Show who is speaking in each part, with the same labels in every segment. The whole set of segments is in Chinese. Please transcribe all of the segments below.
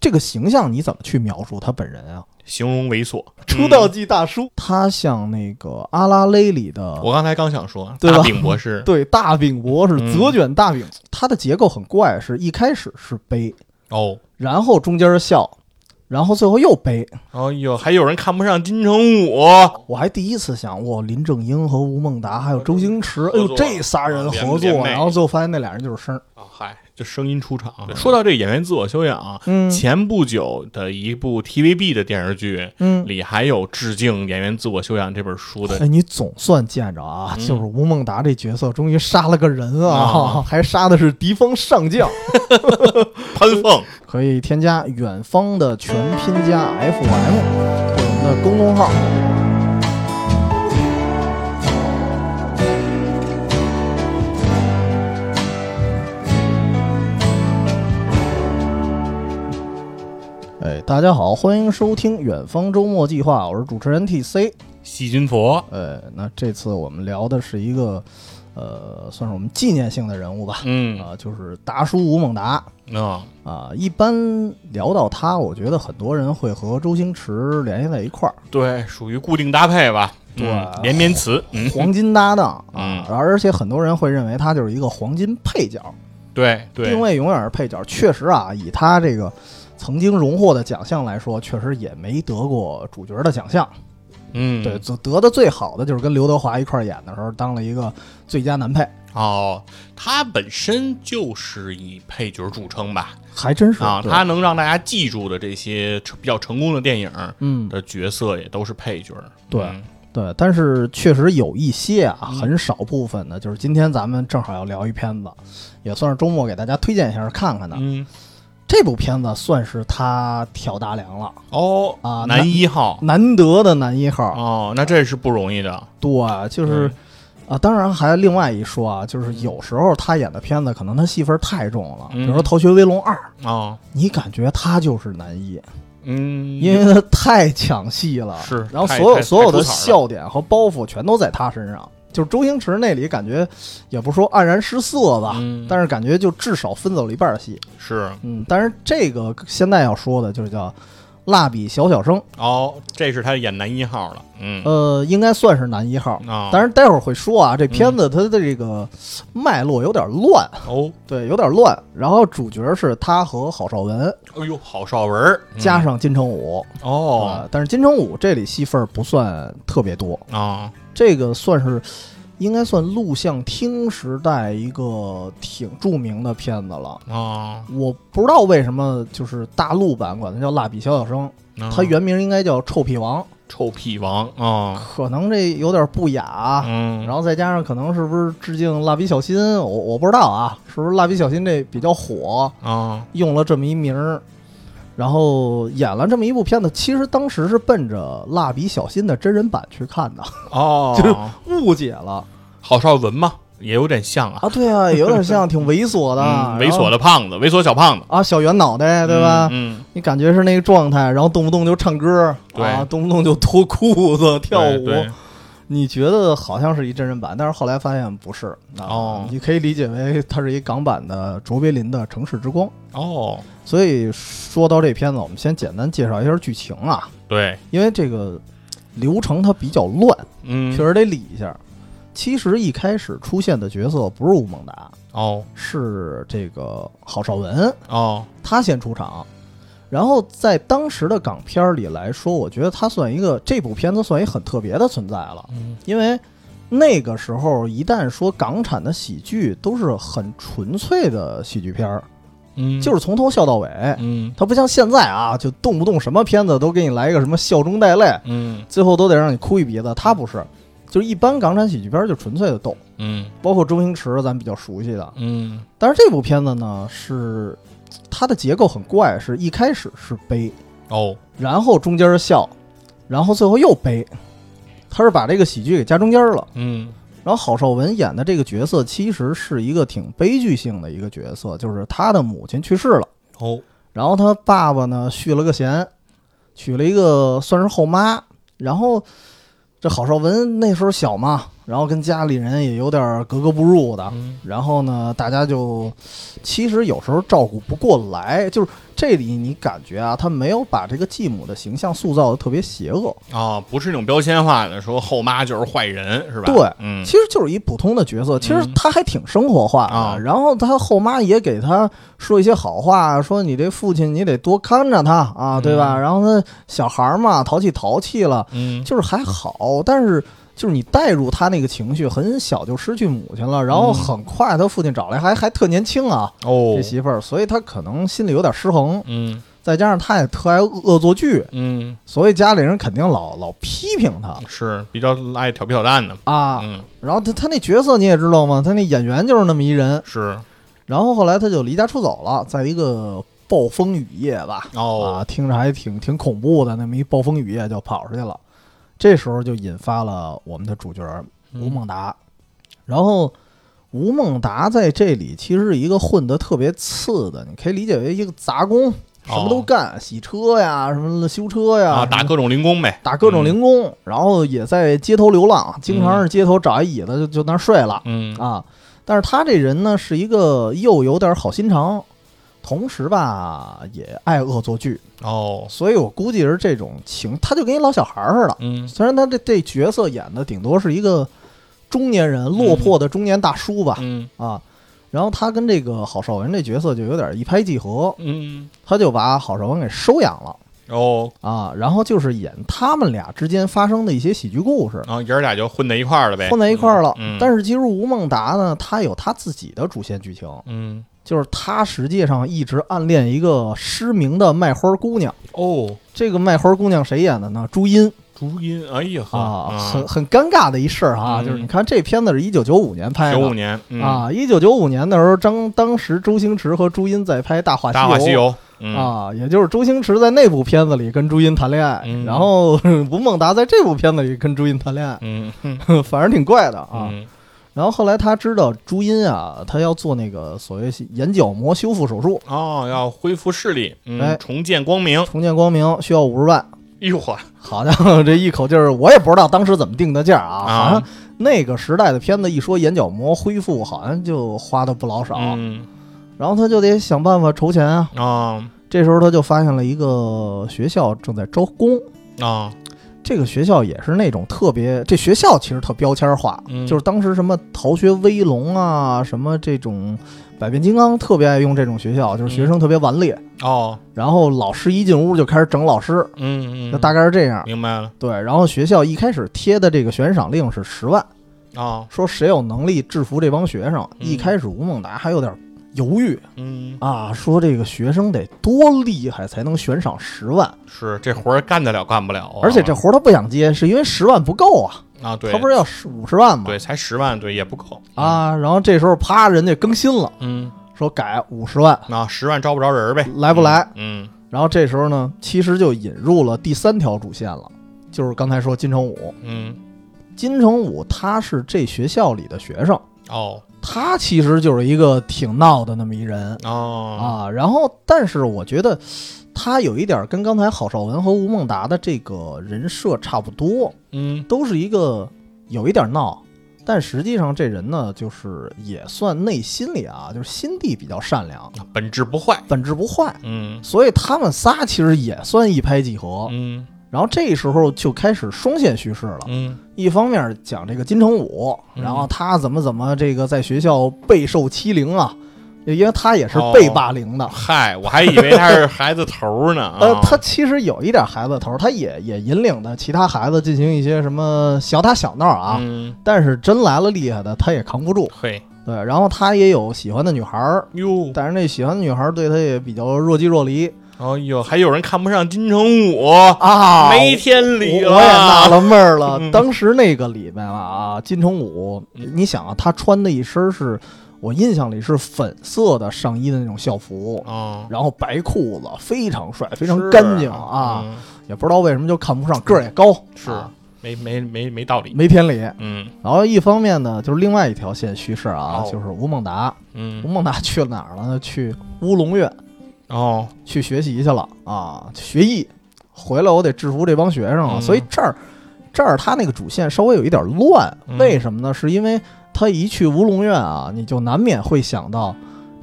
Speaker 1: 这个形象你怎么去描述他本人啊？
Speaker 2: 形容猥琐。嗯
Speaker 1: 出道即大叔，他像那个阿拉蕾里的
Speaker 2: 我刚才刚想说，
Speaker 1: 对吧
Speaker 2: 大饼博 士，
Speaker 1: 对大饼博士
Speaker 2: 嗯
Speaker 1: 泽卷大饼，它的结构很怪，是一开始是悲，
Speaker 2: 哦，
Speaker 1: 然后中间是笑，然后最后又悲。
Speaker 2: 哎呦，还有人看不上金城武，
Speaker 1: 我还第一次想，哇，林正英和吴孟达还有周星驰，哎
Speaker 2: 嗯合
Speaker 1: 呦，
Speaker 2: 作
Speaker 1: 这仨人合
Speaker 2: 联联
Speaker 1: 作，
Speaker 2: 袂
Speaker 1: 然后最后发现那俩人就是声儿。
Speaker 2: 啊，嗨，就声音出场。说到这演员自我修养啊，
Speaker 1: 嗯
Speaker 2: 前不久的一部 TVB 的电视剧
Speaker 1: 嗯，
Speaker 2: 里还有致敬《演员自我修养》这本书 的
Speaker 1: 哎，你总算见着啊，
Speaker 2: 嗯
Speaker 1: 就是吴孟达这角色终于杀了个人啊，
Speaker 2: 啊
Speaker 1: 还杀的是敌方上将。
Speaker 2: 潘凤，
Speaker 1: 可以添加远方的全拼加 FM，或者我们的公众号。哎，大家好，欢迎收听《远方周末计划》，我是主持人 TC。
Speaker 2: 细菌佛，
Speaker 1: 呃，那这次我们聊的是一个，呃，算是我们纪念性的人物吧，
Speaker 2: 嗯
Speaker 1: 啊、就是达叔吴孟达。
Speaker 2: 啊，
Speaker 1: 啊，一般聊到他，我觉得很多人会和周星驰联系在一 块儿，
Speaker 2: 对，属于固定搭配吧，
Speaker 1: 对
Speaker 2: 嗯连绵词，嗯，
Speaker 1: 黄金搭档啊
Speaker 2: 嗯。
Speaker 1: 而且很多人会认为他就是一个黄金配角，
Speaker 2: 对对
Speaker 1: 定，位永远是配角。确实啊，以他这个曾经荣获的奖项来说，确实也没得过主角的奖项。
Speaker 2: 嗯，
Speaker 1: 对，得得的最好的就是跟刘德华一块儿演的时候，当了一个最佳男配，
Speaker 2: 哦，他本身就是以配角著称吧，
Speaker 1: 还真是
Speaker 2: 啊，
Speaker 1: 对
Speaker 2: 他能让大家记住的这些成比较成功的电影
Speaker 1: 嗯，
Speaker 2: 的角色也都是配角，
Speaker 1: 对
Speaker 2: 嗯
Speaker 1: 对，但是确实有一些啊，
Speaker 2: 嗯
Speaker 1: 很少部分的，就是今天咱们正好要聊一片子，也算是周末给大家推荐一下看看的。
Speaker 2: 嗯，
Speaker 1: 这部片子算是他挑大梁了，
Speaker 2: 哦
Speaker 1: 啊嗯
Speaker 2: 男一号，
Speaker 1: 难得的男一号。
Speaker 2: 哦，那这是不容易的，
Speaker 1: 对，就是、
Speaker 2: 嗯
Speaker 1: 啊，当然还另外一说啊，就是有时候他演的片子，可能他戏份太重了，比如说《
Speaker 2: 嗯
Speaker 1: 逃学威龙二》，
Speaker 2: 哦，
Speaker 1: 你感觉他就是男一，
Speaker 2: 嗯，
Speaker 1: 因为他太抢戏了，
Speaker 2: 是
Speaker 1: 然后
Speaker 2: 太
Speaker 1: 所有
Speaker 2: 太
Speaker 1: 所有的
Speaker 2: 太出彩了
Speaker 1: 笑点和包袱全都在他身上。就是周星驰那里感觉，也不是说黯然失色吧，
Speaker 2: 嗯
Speaker 1: 但是感觉就至少分走了一半儿戏。
Speaker 2: 是
Speaker 1: 嗯，但是这个现在要说的就是叫《蜡笔小小生》，
Speaker 2: 哦，这是他演男一号了，嗯，
Speaker 1: 呃，应该算是男一号。
Speaker 2: 啊，
Speaker 1: 但是待会儿会说啊，这
Speaker 2: 嗯
Speaker 1: 片子它的这个脉络有点乱，
Speaker 2: 哦，
Speaker 1: 对，有点乱。然后主角是他和郝邵文，
Speaker 2: 哎呦，郝邵文儿
Speaker 1: 加上金城武。
Speaker 2: 嗯哦
Speaker 1: 呃但是金城武这里戏份儿不算特别多，
Speaker 2: 啊，
Speaker 1: 这个算是应该算录像厅时代一个挺著名的片子了。
Speaker 2: 啊，
Speaker 1: 我不知道为什么，就是大陆版管它叫《蜡笔小小生》，
Speaker 2: 啊
Speaker 1: 它原名应该叫《臭屁王
Speaker 2: 臭屁王啊，》，
Speaker 1: 可能这有点不雅，啊
Speaker 2: 嗯，
Speaker 1: 然后再加上可能是不是致敬蜡笔小新，我我不知道啊，是不是蜡笔小新这比较火，
Speaker 2: 啊，
Speaker 1: 用了这么一名儿，然后演了这么一部片子。其实当时是奔着蜡笔小新的真人版去看的，
Speaker 2: 哦，
Speaker 1: 就是误解了。
Speaker 2: 郝邵文嘛，也有点像啊，
Speaker 1: 啊，对啊，有点像，挺猥琐的，
Speaker 2: 嗯猥
Speaker 1: 啊然后
Speaker 2: 琐的胖子，猥琐小胖子，
Speaker 1: 啊，小圆脑袋，对吧？
Speaker 2: 嗯，
Speaker 1: 你感觉是那个状态，然后动不动就唱歌，
Speaker 2: 对
Speaker 1: 啊，动不动就脱裤子跳舞，
Speaker 2: 对对
Speaker 1: 你觉得好像是一真人版，但是后来发现不是啊，
Speaker 2: 哦
Speaker 1: 你可以理解为它是一港版的卓别林的《城市之光》。
Speaker 2: 哦，
Speaker 1: 所以说到这片子，我们先简单介绍一下剧情啊，
Speaker 2: 对，
Speaker 1: 因为这个流程它比较乱，
Speaker 2: 嗯，
Speaker 1: 确实得理一下。其实一开始出现的角色不是吴孟达，
Speaker 2: 哦
Speaker 1: 是这个郝邵文，
Speaker 2: 哦，
Speaker 1: 他先出场。然后在当时的港片儿里来说，我觉得他算一个这部片子算一很特别的存在了，
Speaker 2: 嗯
Speaker 1: 因为那个时候一旦说港产的喜剧都是很纯粹的喜剧片儿，
Speaker 2: 嗯，
Speaker 1: 就是是从头笑到尾，
Speaker 2: 嗯
Speaker 1: 它不像现在啊，就动不动什么片子都给你来一个什么笑中带泪，
Speaker 2: 嗯
Speaker 1: 最后都得让你哭一鼻子。他不是，就是一般港产喜剧片儿就纯粹的逗，
Speaker 2: 嗯
Speaker 1: 包括周星驰咱比较熟悉的，
Speaker 2: 嗯
Speaker 1: 但是这部片子呢，是它的结构很怪，是一开始是悲，
Speaker 2: 哦，
Speaker 1: 然后中间是笑，然后最后又悲，他是把这个喜剧给夹中间了。
Speaker 2: 嗯
Speaker 1: 然后郝邵文演的这个角色其实是一个挺悲剧性的一个角色，就是他的母亲去世了，
Speaker 2: 哦
Speaker 1: 然后他爸爸呢续了个弦，娶了一个算是后妈，然后这郝邵文那时候小嘛，然后跟家里人也有点格格不入的，
Speaker 2: 嗯
Speaker 1: 然后呢，大家就其实有时候照顾不过来，就是这里你感觉啊，他没有把这个继母的形象塑造的特别邪恶，
Speaker 2: 啊，不是那种标签化的，说后妈就是坏人是吧？
Speaker 1: 对
Speaker 2: 嗯
Speaker 1: 其实就是一普通的角色，其实他还挺生活化的。
Speaker 2: 啊
Speaker 1: 然后他后妈也给他说一些好话，说你这父亲你得多看着他啊，对吧？然后他小孩儿嘛，淘气淘气了，
Speaker 2: 嗯，
Speaker 1: 就是还好，但是就是你带入他那个情绪，很小就失去母亲
Speaker 2: 嗯
Speaker 1: 了，然后很快他父亲找来还还特年轻啊，
Speaker 2: 哦
Speaker 1: 这，媳妇儿，所以他可能心里有点失衡，
Speaker 2: 嗯
Speaker 1: 再加上他也特爱恶恶作剧，
Speaker 2: 嗯，
Speaker 1: 所以家里人肯定老老批评他
Speaker 2: 是比较爱调皮捣蛋的，
Speaker 1: 啊。
Speaker 2: 嗯，
Speaker 1: 然后他他那角色你也知道吗？他那演员就是那么一人。
Speaker 2: 是
Speaker 1: 然后后来他就离家出走了，在一个暴风雨夜吧，
Speaker 2: 哦，
Speaker 1: 啊，听着还挺挺恐怖的，那么一暴风雨夜就跑出去了。这时候就引发了我们的主角吴孟达。
Speaker 2: 嗯
Speaker 1: 然后吴孟达在这里其实是一个混得特别次的，你可以理解为一个杂工，什么都干，洗车呀，什么修车呀，
Speaker 2: 哦啊，
Speaker 1: 什么
Speaker 2: 打各种零工呗，
Speaker 1: 打各种零工，然后也在街头流浪，经常是街头找一椅子就就那儿睡了、
Speaker 2: 嗯，
Speaker 1: 啊。但是他这人呢，是一个又有点好心肠，同时吧也爱恶作剧，
Speaker 2: 哦，
Speaker 1: 所以我估计是这种情，他就跟一老小孩儿似的。
Speaker 2: 嗯
Speaker 1: 虽然他这这角色演的顶多是一个中年人，落魄的中年大叔吧，
Speaker 2: 嗯
Speaker 1: 啊，然后他跟这个郝邵文这角色就有点一拍即合，
Speaker 2: 嗯，
Speaker 1: 他就把郝邵文给收养了
Speaker 2: 哦，
Speaker 1: 啊，然后就是演他们俩之间发生的一些喜剧故事，
Speaker 2: 然后爷儿俩就混在一块儿了呗，
Speaker 1: 混在一块儿了。
Speaker 2: 嗯，
Speaker 1: 但
Speaker 2: 是
Speaker 1: 是其实吴孟达呢，他有他自己的主线剧情，
Speaker 2: 嗯，
Speaker 1: 就是他实际上一直暗恋一个失明的卖花姑娘。
Speaker 2: 哦，
Speaker 1: 这个卖花姑娘谁演的呢？朱茵
Speaker 2: 朱茵，哎呀呵
Speaker 1: 啊，很很尴尬的一事儿啊，
Speaker 2: 嗯
Speaker 1: 就是你看这片子是一九九五年拍的，
Speaker 2: 九五年，嗯，
Speaker 1: 啊，一九九五年的时候，张当时周星驰和朱茵在拍《大话
Speaker 2: 大话西游，嗯，
Speaker 1: 啊，也就是周星驰在那部片子里跟朱茵谈恋爱，
Speaker 2: 嗯
Speaker 1: 然后 吴孟达在这部片子里跟朱茵谈恋爱，
Speaker 2: 嗯嗯
Speaker 1: 反正挺怪的啊。
Speaker 2: 嗯
Speaker 1: 然后后来他知道朱茵啊，她要做那个所谓眼角膜修复手术，
Speaker 2: 哦，要恢复视力，
Speaker 1: 哎
Speaker 2: 嗯，重见光明，
Speaker 1: 重见光明需要五十万。
Speaker 2: 哎呦呵，
Speaker 1: 好家伙，这一口气儿，我也不知道当时怎么定的价啊，
Speaker 2: 啊
Speaker 1: 好像那个时代的片子一说眼角膜恢复，好像就花的不老少。
Speaker 2: 嗯
Speaker 1: 然后他就得想办法筹钱啊，
Speaker 2: 啊
Speaker 1: 这时候他就发现了一个学校正在招工，
Speaker 2: 啊，
Speaker 1: 这个学校也是那种特别，这学校其实特标签化，
Speaker 2: 嗯
Speaker 1: 就是当时什么逃学威龙啊，什么这种百变金刚特别爱用这种学校，就是学生特别顽劣，
Speaker 2: 哦，
Speaker 1: 然后老师一进屋就开始整老师，
Speaker 2: 嗯嗯，
Speaker 1: 就大概是这样。
Speaker 2: 明白了
Speaker 1: 对，然后学校一开始贴的这个悬赏令是十万，
Speaker 2: 啊，
Speaker 1: 说谁有能力制服这帮学生。
Speaker 2: 嗯
Speaker 1: 一开始吴孟达还有点犹豫
Speaker 2: 嗯，
Speaker 1: 啊，说这个学生得多厉害才能悬赏十万。
Speaker 2: 是这活儿干得了干不了啊，
Speaker 1: 而且这活儿他不想接，是因为十万不够啊，
Speaker 2: 啊，对，
Speaker 1: 他不是要五十万吗？
Speaker 2: 对，才十万，对，也不够，
Speaker 1: 啊，然后这时候啪，人家更新了，
Speaker 2: 嗯，
Speaker 1: 说改五十万，
Speaker 2: 那十万招不着人儿呗，
Speaker 1: 来不来？
Speaker 2: 嗯？
Speaker 1: 然后这时候呢，其实就引入了第三条主线了，就是刚才说金城武，
Speaker 2: 嗯
Speaker 1: 金城武他是这学校里的学生，
Speaker 2: 嗯，哦
Speaker 1: 他其实就是一个挺闹的那么一人
Speaker 2: 哦
Speaker 1: 啊，然后但是我觉得。他有一点儿跟刚才郝邵文和吴孟达的这个人设差不多，
Speaker 2: 嗯
Speaker 1: 都是一个有一点闹，但实际上这人呢，就是也算内心里啊，就是心地比较善良，
Speaker 2: 本质不坏，
Speaker 1: 本质不坏。
Speaker 2: 嗯
Speaker 1: 所以他们仨其实也算一拍即合，
Speaker 2: 嗯
Speaker 1: 然后这时候就开始双线叙事了。
Speaker 2: 嗯
Speaker 1: 一方面讲这个金城武，
Speaker 2: 嗯
Speaker 1: 然后他怎么怎么这个在学校备受欺凌啊，因为他也是
Speaker 2: 哦
Speaker 1: 被霸凌的。
Speaker 2: 嗨，我还以为他是孩子头儿呢，
Speaker 1: 呃
Speaker 2: 啊，
Speaker 1: 他其实有一点孩子头儿，他也也引领的其他孩子进行一些什么小打小闹啊，
Speaker 2: 嗯，
Speaker 1: 但是真来了厉害的，他也扛不住。
Speaker 2: 嘿
Speaker 1: 对，然后他也有喜欢的女孩儿，
Speaker 2: 哟，
Speaker 1: 但是那喜欢的女孩儿对他也比较若即若离
Speaker 2: 哎呦，还有人看不上金城武，
Speaker 1: 啊
Speaker 2: 没天理
Speaker 1: 我我也纳
Speaker 2: 了，
Speaker 1: 了闷儿了。
Speaker 2: 嗯
Speaker 1: 当时那个里面啊，金城武，你想啊，他穿的一身是我印象里是粉色的上衣的那种校服，
Speaker 2: 啊，
Speaker 1: 然后白裤子，非常帅，非常
Speaker 2: 是啊
Speaker 1: 干净啊，，也不知道为什么就看不上，个儿也高，
Speaker 2: 嗯是
Speaker 1: 啊
Speaker 2: 没没没没道理，
Speaker 1: 没天理。
Speaker 2: 嗯
Speaker 1: 然后一方面呢，就是另外一条线叙事啊，
Speaker 2: 哦
Speaker 1: 就是吴孟达，吴
Speaker 2: 嗯，
Speaker 1: 孟达去了哪儿了呢？去乌龙院
Speaker 2: 哦，
Speaker 1: 去学习去了啊，学艺。回来我得制服这帮学生啊，
Speaker 2: 嗯
Speaker 1: 所以这儿这儿他那个主线稍微有一点乱，
Speaker 2: 嗯
Speaker 1: 为什么呢？是因为他一去乌龙院啊，你就难免会想到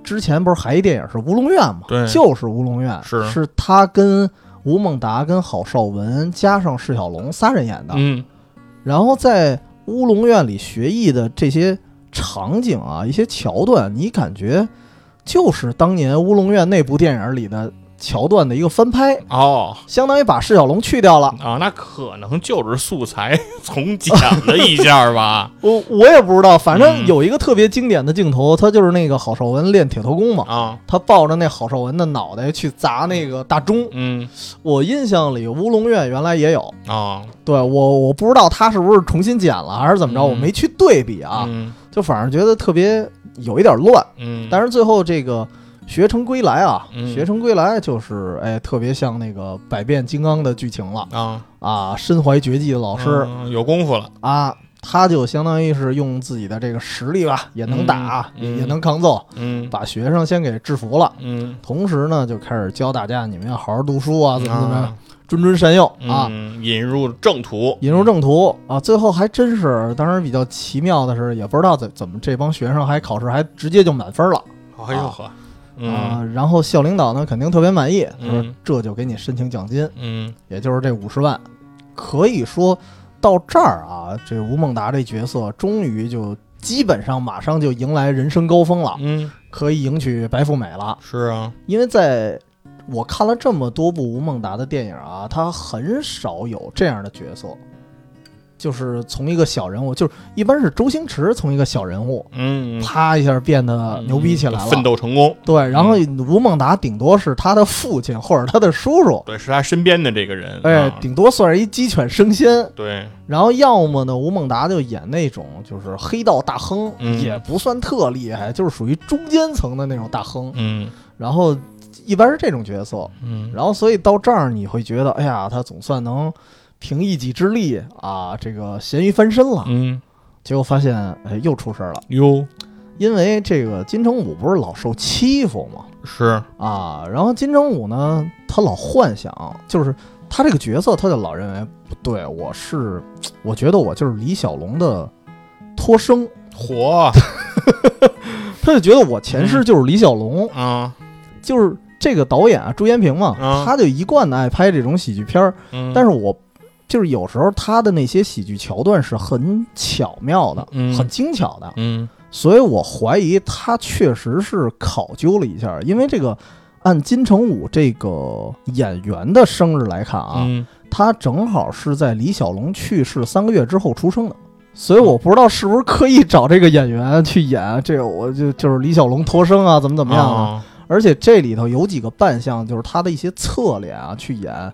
Speaker 1: 之前不是还一电影是《乌龙院》嘛，
Speaker 2: 对
Speaker 1: 就是《乌龙院》，
Speaker 2: 是
Speaker 1: 是他跟吴孟达、跟郝邵文加上释小龙仨人演的。
Speaker 2: 嗯
Speaker 1: 然后在《乌龙院》里学艺的这些场景啊，一些桥段，你感觉就是当年《乌龙院》那部电影里的桥段的一个翻拍，
Speaker 2: 哦
Speaker 1: 相当于把释小龙去掉了。
Speaker 2: 啊，那可能就是素材 重剪了一下吧。
Speaker 1: 我哦我也不知道，反正
Speaker 2: 嗯
Speaker 1: 有一个特别经典的镜头，他就是那个郝邵文练铁头功嘛，
Speaker 2: 啊，
Speaker 1: 他抱着那郝邵文的脑袋去砸那个大钟。
Speaker 2: 嗯
Speaker 1: 我印象里《乌龙院》原来也有，
Speaker 2: 啊
Speaker 1: 对我我不知道他是不是重新剪了还是怎么着，
Speaker 2: 嗯
Speaker 1: 我没去对比啊，
Speaker 2: 嗯
Speaker 1: 就反正觉得特别有一点乱。
Speaker 2: 嗯，
Speaker 1: 但
Speaker 2: 是
Speaker 1: 是最后这个学成归来啊，
Speaker 2: 嗯
Speaker 1: 学成归来就是哎，特别像那个百变金刚的剧情了
Speaker 2: 啊，
Speaker 1: 啊，身怀绝技的老师、
Speaker 2: 嗯有功夫了，
Speaker 1: 啊，他就相当于是用自己的这个实力吧，也能打，
Speaker 2: 嗯嗯
Speaker 1: 也也能扛揍，
Speaker 2: 嗯
Speaker 1: 把学生先给制服了。
Speaker 2: 嗯
Speaker 1: 同时呢，就开始教大家你们要好好读书啊，怎么怎么样，
Speaker 2: 啊
Speaker 1: 谆谆善诱啊。
Speaker 2: 嗯，引入正途，
Speaker 1: 引入正途啊，最后还真是，当时比较奇妙的是，也不知道怎怎么这帮学生还考试还直接就满分了
Speaker 2: 哎呦呵，
Speaker 1: 啊
Speaker 2: 嗯。
Speaker 1: 然后校领导呢肯定特别满意，他说
Speaker 2: 嗯
Speaker 1: 这就给你申请奖金，
Speaker 2: 嗯
Speaker 1: 也就是这五十万。可以说到这儿啊，这吴孟达这角色终于就基本上马上就迎来人生高峰了，
Speaker 2: 嗯，
Speaker 1: 可以迎娶白富美了。
Speaker 2: 是啊，
Speaker 1: 因为在我看了这么多部吴孟达的电影啊，他很少有这样的角色，就是从一个小人物，就是一般是周星驰从一个小人物，
Speaker 2: 嗯，
Speaker 1: 啪一下变得
Speaker 2: 嗯
Speaker 1: 啊牛逼起来了，
Speaker 2: 奋斗成功，
Speaker 1: 对，然后
Speaker 2: 嗯
Speaker 1: 吴孟达顶多是他的父亲或者他的叔叔，
Speaker 2: 对，是他身边的这个人，
Speaker 1: 哎
Speaker 2: 啊，
Speaker 1: 顶多算是一鸡犬升天。
Speaker 2: 对，
Speaker 1: 然后要么呢，吴孟达就演那种就是黑道大亨，
Speaker 2: 嗯
Speaker 1: 也不算特厉害，就是属于中间层的那种大亨。
Speaker 2: 嗯
Speaker 1: 然后一般是这种角色，
Speaker 2: 嗯，
Speaker 1: 然后，所以到这儿你会觉得，哎呀，他总算能凭一己之力啊，这个咸鱼翻身了。
Speaker 2: 嗯
Speaker 1: 结果发现，哎，又出事儿了，
Speaker 2: 哟，
Speaker 1: 因为这个金城武不是老受欺负吗？
Speaker 2: 是，
Speaker 1: 啊，然后金城武呢，他老幻想，就是他这个角色，他就老认为不对，我是，我觉得我就是李小龙的托生，
Speaker 2: 火
Speaker 1: 他就觉得我前
Speaker 2: 嗯
Speaker 1: 世就是李小龙，
Speaker 2: 啊，
Speaker 1: 就是这个导演啊，朱延平嘛，
Speaker 2: 嗯
Speaker 1: 他就一贯的爱拍这种喜剧片儿，
Speaker 2: 嗯，
Speaker 1: 但是我就是有时候他的那些喜剧桥段是很巧妙的，
Speaker 2: 嗯
Speaker 1: 很精巧的，
Speaker 2: 嗯
Speaker 1: 所以我怀疑他确实是考究了一下，因为这个按金城武这个演员的生日来看啊，
Speaker 2: 嗯
Speaker 1: 他正好是在李小龙去世三个月之后出生的。所以我不知道是不是刻意找这个演员去演这个，我就就是李小龙脱生啊，怎么怎么样啊？
Speaker 2: 啊？
Speaker 1: 而且这里头有几个扮相，就是他的一些侧脸啊，去演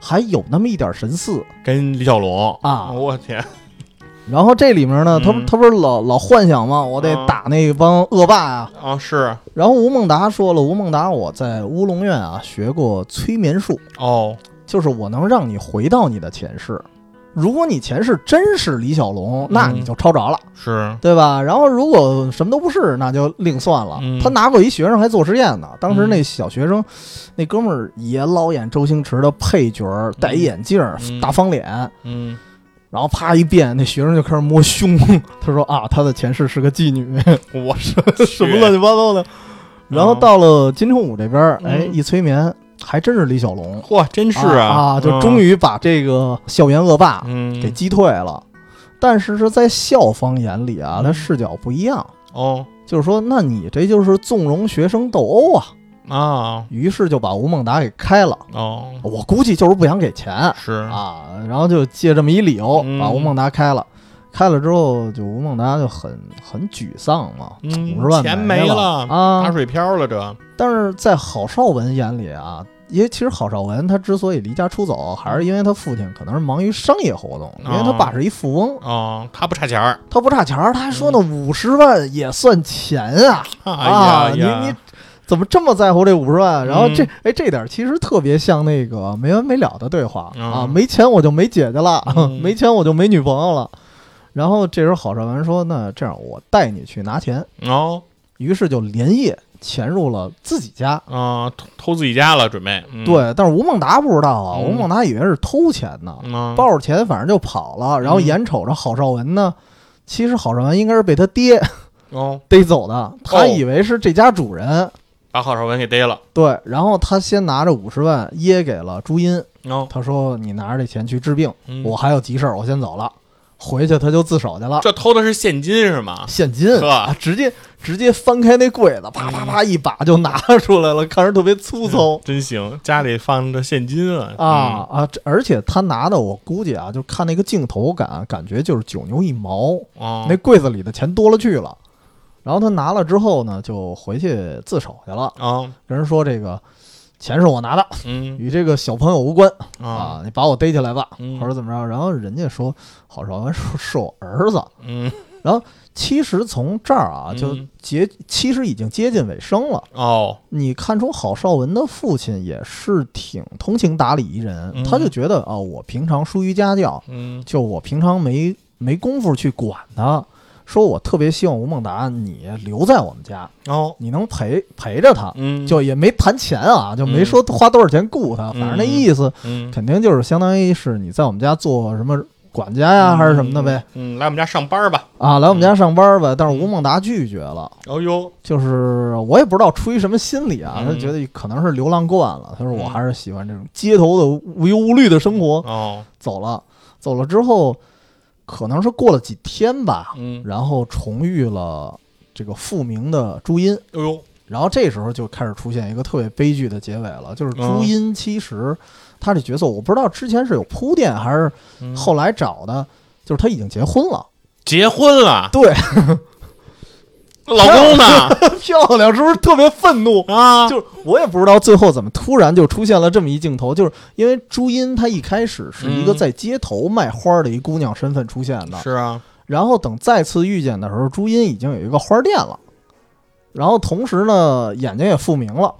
Speaker 1: 还有那么一点神似。
Speaker 2: 跟李小龙
Speaker 1: 啊
Speaker 2: 我天，
Speaker 1: 然后这里面呢，他不
Speaker 2: 哦嗯
Speaker 1: 他不是老老幻想吗？我得
Speaker 2: 啊
Speaker 1: 打那帮恶霸啊。
Speaker 2: 啊是
Speaker 1: 然后吴孟达说了，吴孟达我在乌龙院啊学过催眠术，
Speaker 2: 哦，
Speaker 1: 就是我能让你回到你的前世。如果你前世真是李小龙，那
Speaker 2: 嗯
Speaker 1: 你就抄着了，
Speaker 2: 是，
Speaker 1: 对吧？然后如果什么都不是，那就另算了。
Speaker 2: 嗯
Speaker 1: 他拿过一学生还做实验呢，当时那小学生，那哥们儿也老演周星驰的配角儿，戴一眼镜儿，
Speaker 2: 嗯
Speaker 1: 大方脸，
Speaker 2: 嗯，
Speaker 1: 然后啪一变，那学生就开始摸胸， 他说啊，他的前世是个妓女，
Speaker 2: 我是
Speaker 1: 什么乱七八糟的。然后到了金城武这边儿，
Speaker 2: 嗯
Speaker 1: 哎，一催眠，还真是李小龙，
Speaker 2: 嚯，真是
Speaker 1: 啊，就终
Speaker 2: 于
Speaker 1: 于把这个校园恶霸
Speaker 2: 嗯
Speaker 1: 给击退了。但是是在校方眼里啊，
Speaker 2: 嗯
Speaker 1: 他视角不一样，
Speaker 2: 哦
Speaker 1: 就是说，那你这就是纵容学生斗殴啊。
Speaker 2: 啊
Speaker 1: 于是就把吴孟达给开了，
Speaker 2: 哦
Speaker 1: 我估计就是不想给钱，
Speaker 2: 是
Speaker 1: 啊，然后就借这么一理由
Speaker 2: 嗯
Speaker 1: 把吴孟达开了，开了之后就吴孟达就很很沮丧嘛，
Speaker 2: 嗯
Speaker 1: 五十万
Speaker 2: 钱
Speaker 1: 没
Speaker 2: 没打
Speaker 1: 啊。
Speaker 2: 水漂了这，
Speaker 1: 但是在郝邵文眼里啊，因为其实郝邵文他之所以离家出走，还是因为他父亲可能是忙于商业活动，因为他爸是一富翁，
Speaker 2: 哦，他不差钱儿，
Speaker 1: 他不差钱儿，他还说呢五十万也算钱啊啊！
Speaker 2: 嗯哎
Speaker 1: 你
Speaker 2: 呀
Speaker 1: 你
Speaker 2: 呀，
Speaker 1: 怎么这么在乎这五十万？然后这
Speaker 2: 嗯
Speaker 1: 哎这点其实特别像那个没完没了的对话
Speaker 2: 嗯
Speaker 1: 啊，没钱我就没姐姐了，
Speaker 2: 嗯
Speaker 1: 没钱我就没女朋友了。然后这时候郝邵文说：“那这样我带你去拿钱。
Speaker 2: 哦”
Speaker 1: 于是就连夜潜入了自己家。
Speaker 2: 啊，偷偷自己家了，准备，嗯，
Speaker 1: 对，但是吴孟达不知道啊，
Speaker 2: 嗯
Speaker 1: 吴孟达以为是偷钱呢，
Speaker 2: 嗯，
Speaker 1: 抱着钱反正就跑了。然后眼瞅着郝邵文呢，其实郝邵文应该是被他爹
Speaker 2: 哦，
Speaker 1: 逮走的，他以为是这家主人，
Speaker 2: 把郝邵文给逮了。
Speaker 1: 对，然后他先拿着五十万掖给了朱茵，
Speaker 2: 哦，
Speaker 1: 他说你拿着这钱去治病，
Speaker 2: 嗯
Speaker 1: 我还有急事儿，我先走了，回去他就自首去了。
Speaker 2: 这偷的是现金是吗？
Speaker 1: 现金
Speaker 2: 呵
Speaker 1: 啊，直接直接翻开那柜子，啪啪啪一把就拿出来了，看着特别粗糙。
Speaker 2: 真行，家里放着现金啊！
Speaker 1: 啊啊！这而且他拿的，我估计啊，就看那个镜头感，感觉就是九牛一毛。
Speaker 2: 嗯，哦，
Speaker 1: 那柜子里的钱多了去了。然后他拿了之后呢，就回去自首去了，
Speaker 2: 啊，
Speaker 1: 跟人说这个钱是我拿的，
Speaker 2: 嗯
Speaker 1: 与这个小朋友无关
Speaker 2: 啊，
Speaker 1: 啊，你把我逮起来吧，
Speaker 2: 嗯
Speaker 1: 或者怎么着。然后人家说，郝邵文说是我儿子。
Speaker 2: 嗯，
Speaker 1: 其实从这儿啊，就
Speaker 2: 嗯
Speaker 1: 接，其实已经接近尾声了。
Speaker 2: 哦，
Speaker 1: 你看出郝邵文的父亲也是挺通情达理一人，
Speaker 2: 嗯
Speaker 1: 他就觉得啊、我平常疏于家教，
Speaker 2: 嗯
Speaker 1: 就我平常没没工夫去管他。说我特别希望吴孟达你留在我们家，
Speaker 2: 哦，
Speaker 1: 你能陪陪着他，
Speaker 2: 嗯，
Speaker 1: 就也没谈钱啊，就没说花多少钱雇他，
Speaker 2: 嗯
Speaker 1: 反正那意思
Speaker 2: 嗯
Speaker 1: 肯定就是相当于是你在我们家做什么管家呀，还是什么的呗。
Speaker 2: 嗯，来我们家上班吧。
Speaker 1: 啊，来我们家上班呗。但是
Speaker 2: 嗯
Speaker 1: 吴孟达拒绝了，
Speaker 2: 哦呦，
Speaker 1: 就是我也不知道出于什么心理啊，
Speaker 2: 嗯
Speaker 1: 他觉得可能是流浪惯了，他说我
Speaker 2: 嗯
Speaker 1: 还是喜欢这种街头的无忧无虑的生活。
Speaker 2: 哦，
Speaker 1: 走了，走了之后，可能是过了几天吧，
Speaker 2: 嗯，
Speaker 1: 然后重遇了这个复明的朱茵，
Speaker 2: 哦呦，
Speaker 1: 然后这时候就开始出现一个特别悲剧的结尾了，就是朱茵其实她这角色我不知道之前是有铺垫还是
Speaker 2: 嗯
Speaker 1: 后来找的，就是她已经结婚了，
Speaker 2: 结婚了，
Speaker 1: 对，
Speaker 2: 老公 呢？
Speaker 1: 漂亮，是不是特别愤怒？
Speaker 2: 啊，
Speaker 1: 就是我也不知道最后怎么突然就出现了这么一镜头，就是因为朱茵她一开始是一个
Speaker 2: 嗯
Speaker 1: 在街头卖花的一姑娘身份出现的，
Speaker 2: 是啊，
Speaker 1: 然后等再次遇见的时候，朱茵已经有一个花店了，然后同时呢眼睛也复明了，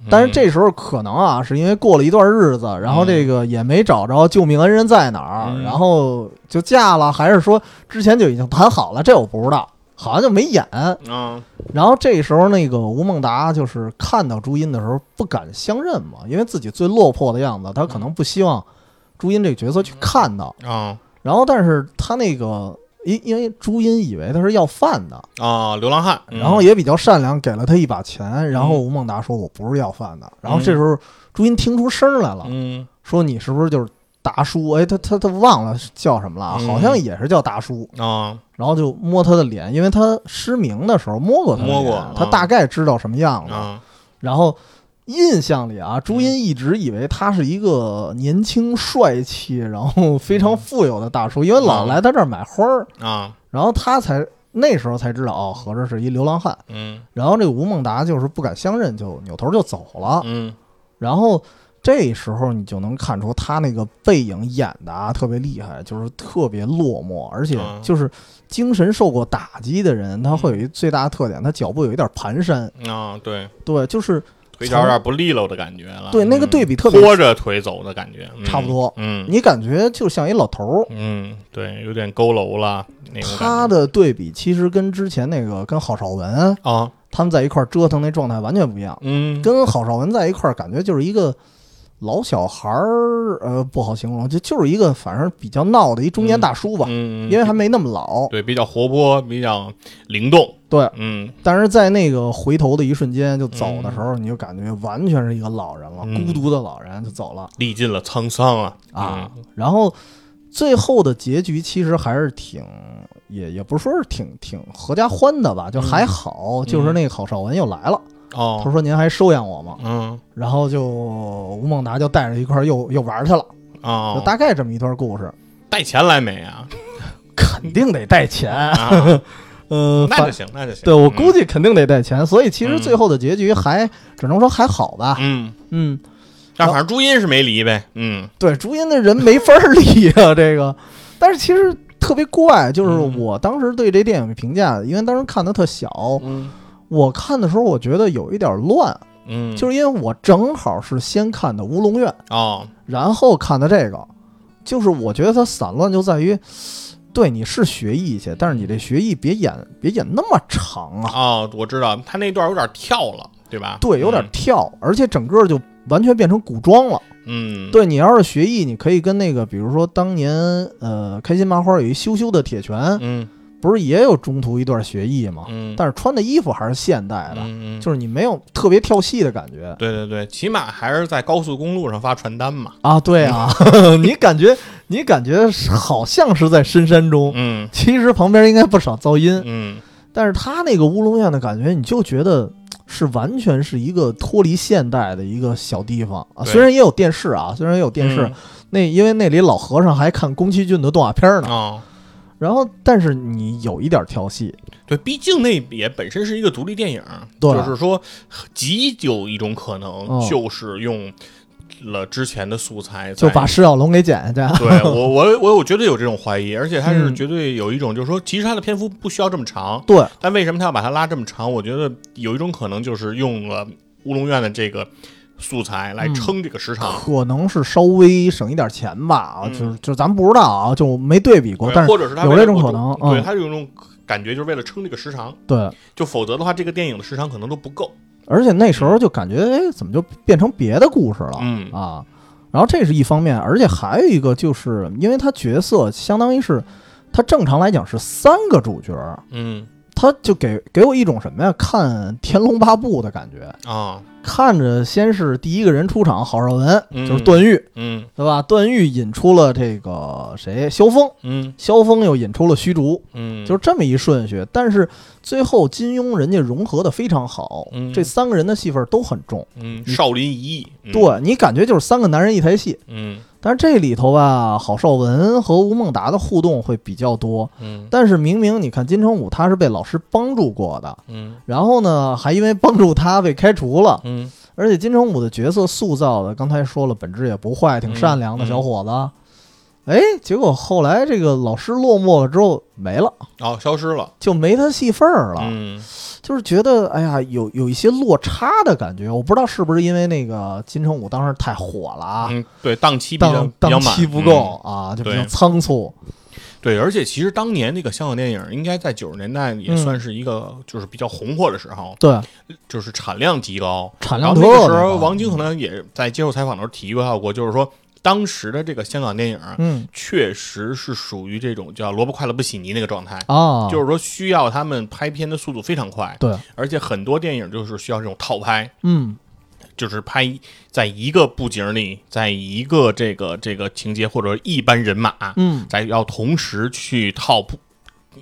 Speaker 2: 嗯
Speaker 1: 但是这时候可能啊是因为过了一段日子，然后这个也没找着救命恩人在哪儿，
Speaker 2: 嗯
Speaker 1: 然后就嫁了，还是说之前就已经谈好了？这我不知道，好像就没演。
Speaker 2: 嗯啊，
Speaker 1: 然后这时候那个吴孟达就是看到朱茵的时候不敢相认嘛，因为自己最落魄的样子，他可能不希望朱茵这个角色去看到。
Speaker 2: 啊
Speaker 1: 然后，但是他那个因因为朱茵以为他是要饭的，
Speaker 2: 啊，流浪汉，嗯
Speaker 1: 然后也比较善良，给了他一把钱。然后吴孟达说：“我不是要饭的。”然后这时候朱茵听出声来了，
Speaker 2: 嗯
Speaker 1: 说：“你是不是就是达叔？”哎，他他他忘了叫什么了，啊
Speaker 2: 嗯
Speaker 1: 好像也是叫达叔。
Speaker 2: 啊，
Speaker 1: 然后就摸他的脸，因为他失明的时候摸过他的脸，
Speaker 2: 摸过嗯
Speaker 1: 他大概知道什么样子。
Speaker 2: 啊，
Speaker 1: 然后印象里
Speaker 2: 嗯
Speaker 1: 啊，朱茵一直以为他是一个年轻帅气，然后非常富有的大叔，因为
Speaker 2: 嗯
Speaker 1: 老来他这儿买花儿，
Speaker 2: 啊，
Speaker 1: 然后他才那时候才知道哦，合着是一流浪汉。
Speaker 2: 嗯
Speaker 1: 然后这个吴孟达就是不敢相认，就扭头就走了。
Speaker 2: 嗯
Speaker 1: 然后这时候你就能看出他那个背影演的啊特别厉害，就是特别落寞，而且
Speaker 2: 嗯
Speaker 1: 就是精神受过打击的人，他会有一最大的特点，他脚步有一点蹒跚。
Speaker 2: 啊，对，
Speaker 1: 对，就是
Speaker 2: 腿脚有点不利落的感觉了，
Speaker 1: 对那个
Speaker 2: 嗯
Speaker 1: 对比特别
Speaker 2: 拖着腿走的感觉，嗯
Speaker 1: 差不多
Speaker 2: 嗯
Speaker 1: 你感觉就像一老头儿。
Speaker 2: 嗯，对，有点佝偻了那种感觉
Speaker 1: 他的对比其实跟之前那个跟郝邵文
Speaker 2: 啊，
Speaker 1: 他们在一块儿折腾那状态完全不一样，
Speaker 2: 嗯，
Speaker 1: 跟郝邵文在一块儿感觉就是一个老小孩儿，呃，不好形容，就就是一个反正比较闹的一中年大叔吧，
Speaker 2: 嗯，
Speaker 1: 因为还没那么老。
Speaker 2: 对比较活泼，比较灵动，
Speaker 1: 对，
Speaker 2: 嗯
Speaker 1: 但是在那个回头的一瞬间就走的时候，你就感觉完全是一个老人了，
Speaker 2: 嗯
Speaker 1: 孤独的老人就走了
Speaker 2: 历尽了沧桑啊
Speaker 1: 啊。然后最后的结局其实还是挺。也也不是说是挺挺合家欢的吧，就还好，就是那个郝邵文又来了，
Speaker 2: 嗯哦，
Speaker 1: 他说：“您还收养我吗
Speaker 2: 嗯？”
Speaker 1: 然后就吴孟达就带着一块儿又又玩儿去了，就
Speaker 2: 哦，
Speaker 1: 大概这么一段故事。
Speaker 2: 带钱来没 啊？
Speaker 1: 肯定得带钱，
Speaker 2: 啊，
Speaker 1: 呃，
Speaker 2: 嗯那就
Speaker 1: 反
Speaker 2: 行，那就行。
Speaker 1: 对我
Speaker 2: 嗯
Speaker 1: 估，计肯定得带钱，所以其实
Speaker 2: 嗯
Speaker 1: 最后的结局还只能说还好吧。
Speaker 2: 嗯，
Speaker 1: 嗯，
Speaker 2: 但反正朱茵是没离呗，嗯
Speaker 1: 对，朱茵的人没法儿理啊，这个，但是其实特别怪，就是
Speaker 2: 嗯
Speaker 1: 我当时对这电影的评价，因为当时看的特小，
Speaker 2: 嗯
Speaker 1: 我看的时候我觉得有一点乱，
Speaker 2: 嗯，
Speaker 1: 就是因为我正好是先看的《乌龙院》，
Speaker 2: 哦，
Speaker 1: 然后看的这个，就是我觉得它散乱就在于。对，你是学艺去，但是你这学艺别演别演那么长啊！
Speaker 2: 哦，我知道他那段有点跳了，对吧？
Speaker 1: 对，有点跳，而且整个就完全变成古装了。
Speaker 2: 嗯，嗯，
Speaker 1: 对你要是学艺，你可以跟那个，比如说当年呃开心麻花有一羞羞的铁拳，
Speaker 2: 嗯
Speaker 1: 不是也有中途一段学艺吗？
Speaker 2: 嗯，
Speaker 1: 但是穿的衣服还是现代的，
Speaker 2: 嗯嗯，嗯
Speaker 1: 就是你没有特别跳戏的感觉
Speaker 2: 对对对，起码还是在高速公路上发传单嘛。
Speaker 1: 啊。对啊， 你感觉你感觉好像是在深山中，
Speaker 2: 嗯
Speaker 1: 其实旁边应该不少噪音，
Speaker 2: 嗯，
Speaker 1: 但是他那个乌龙院的感觉，你就觉得是完全是一个脱离现代的一个小地方啊。
Speaker 2: 对
Speaker 1: 虽然也有电视啊，虽然也有
Speaker 2: 嗯
Speaker 1: 电视，那因为那里老和尚还看宫崎骏的动画片
Speaker 2: 啊、
Speaker 1: 呢。
Speaker 2: 哦
Speaker 1: 然后，但是你有一点调戏，
Speaker 2: 对，毕竟那也本身是一个独立电影，
Speaker 1: 对
Speaker 2: 就是说极有一种可能
Speaker 1: 哦
Speaker 2: 就是用了之前的素材
Speaker 1: 就
Speaker 2: 在
Speaker 1: 把石小龙给剪下 去。
Speaker 2: 对我我我有绝对有这种怀疑，而且他是
Speaker 1: 嗯
Speaker 2: 绝对有一种，就是说，其实他的篇幅不需要这么长，
Speaker 1: 对，
Speaker 2: 但为什么他要把它拉这么长？我觉得有一种可能就是用了乌龙院的这个素材来
Speaker 1: 嗯
Speaker 2: 撑这个时长，
Speaker 1: 可能是稍微省一点钱吧，啊，
Speaker 2: 嗯
Speaker 1: 就是就是咱不知道啊，就没对比过，
Speaker 2: 对
Speaker 1: 但是
Speaker 2: 或者是他
Speaker 1: 有
Speaker 2: 为了
Speaker 1: 这种可
Speaker 2: 不
Speaker 1: 能
Speaker 2: 对
Speaker 1: 嗯
Speaker 2: 他有一种感觉，就是为了撑这个时长，
Speaker 1: 对，
Speaker 2: 就否则的话，这个电影的时长可能都不够。
Speaker 1: 而且那时候就感觉，哎，怎么就变成别的故事了？
Speaker 2: 嗯
Speaker 1: 啊，然后这是一方面，而且还有一个就是，因为他角色相当于是，他正常来讲是三个主角，
Speaker 2: 嗯
Speaker 1: 他就给给我一种什么呀？看《天龙八部》的感觉，
Speaker 2: 啊
Speaker 1: 看着先是第一个人出场，郝邵文
Speaker 2: 嗯
Speaker 1: 就是段誉，
Speaker 2: 嗯
Speaker 1: 对吧？段誉引出了这个谁，萧峰，
Speaker 2: 嗯
Speaker 1: 萧峰又引出了虚竹，
Speaker 2: 嗯，
Speaker 1: 就是这么一顺序。但是最后金庸人家融合的非常好，
Speaker 2: 嗯
Speaker 1: 这三个人的戏份都很重，
Speaker 2: 嗯少林一役，嗯，
Speaker 1: 对你感觉就是三个男人一台戏。
Speaker 2: 嗯
Speaker 1: 但是这里头吧，郝邵文和吴孟达的互动会比较多。
Speaker 2: 嗯
Speaker 1: 但是明明你看金城武他是被老师帮助过的，
Speaker 2: 嗯
Speaker 1: 然后呢还因为帮助他被开除了，
Speaker 2: 嗯
Speaker 1: 而且金城武的角色塑造的，刚才说了本质也不坏，挺善良的小伙
Speaker 2: 嗯
Speaker 1: 子。哎，结果后来这个老师落寞了之后没了，
Speaker 2: 哦，消失了，
Speaker 1: 就没他戏份儿了，
Speaker 2: 嗯
Speaker 1: 就是觉得哎呀有有一些落差的感觉。我不知道是不是因为那个金城武当时太火了啊，
Speaker 2: 嗯，对，档期比较
Speaker 1: 档
Speaker 2: 比较
Speaker 1: 档
Speaker 2: 满，
Speaker 1: 期不
Speaker 2: 嗯
Speaker 1: 够啊，就比较
Speaker 2: 对
Speaker 1: 仓促。
Speaker 2: 对，而且其实当年那个香港电影，应该在九十年代也
Speaker 1: 嗯
Speaker 2: 算是一个就是比较红火的时候，
Speaker 1: 对，
Speaker 2: 就是产量极高。
Speaker 1: 产量
Speaker 2: 然后
Speaker 1: 特
Speaker 2: 那
Speaker 1: 别
Speaker 2: 个
Speaker 1: 高
Speaker 2: 时候，王晶可能也在接受采访的时候提到过，就是说当时的这个香港电影
Speaker 1: 嗯
Speaker 2: 确实是属于这种叫萝卜快了不洗泥那个状态，
Speaker 1: 啊，
Speaker 2: 就是说需要他们拍片的速度非常快，
Speaker 1: 对，
Speaker 2: 而且很多电影就是需要这种套拍，
Speaker 1: 嗯
Speaker 2: 就是拍在一个布景里，在一个这个这个情节或者一班人马，
Speaker 1: 嗯
Speaker 2: 在要同时去套不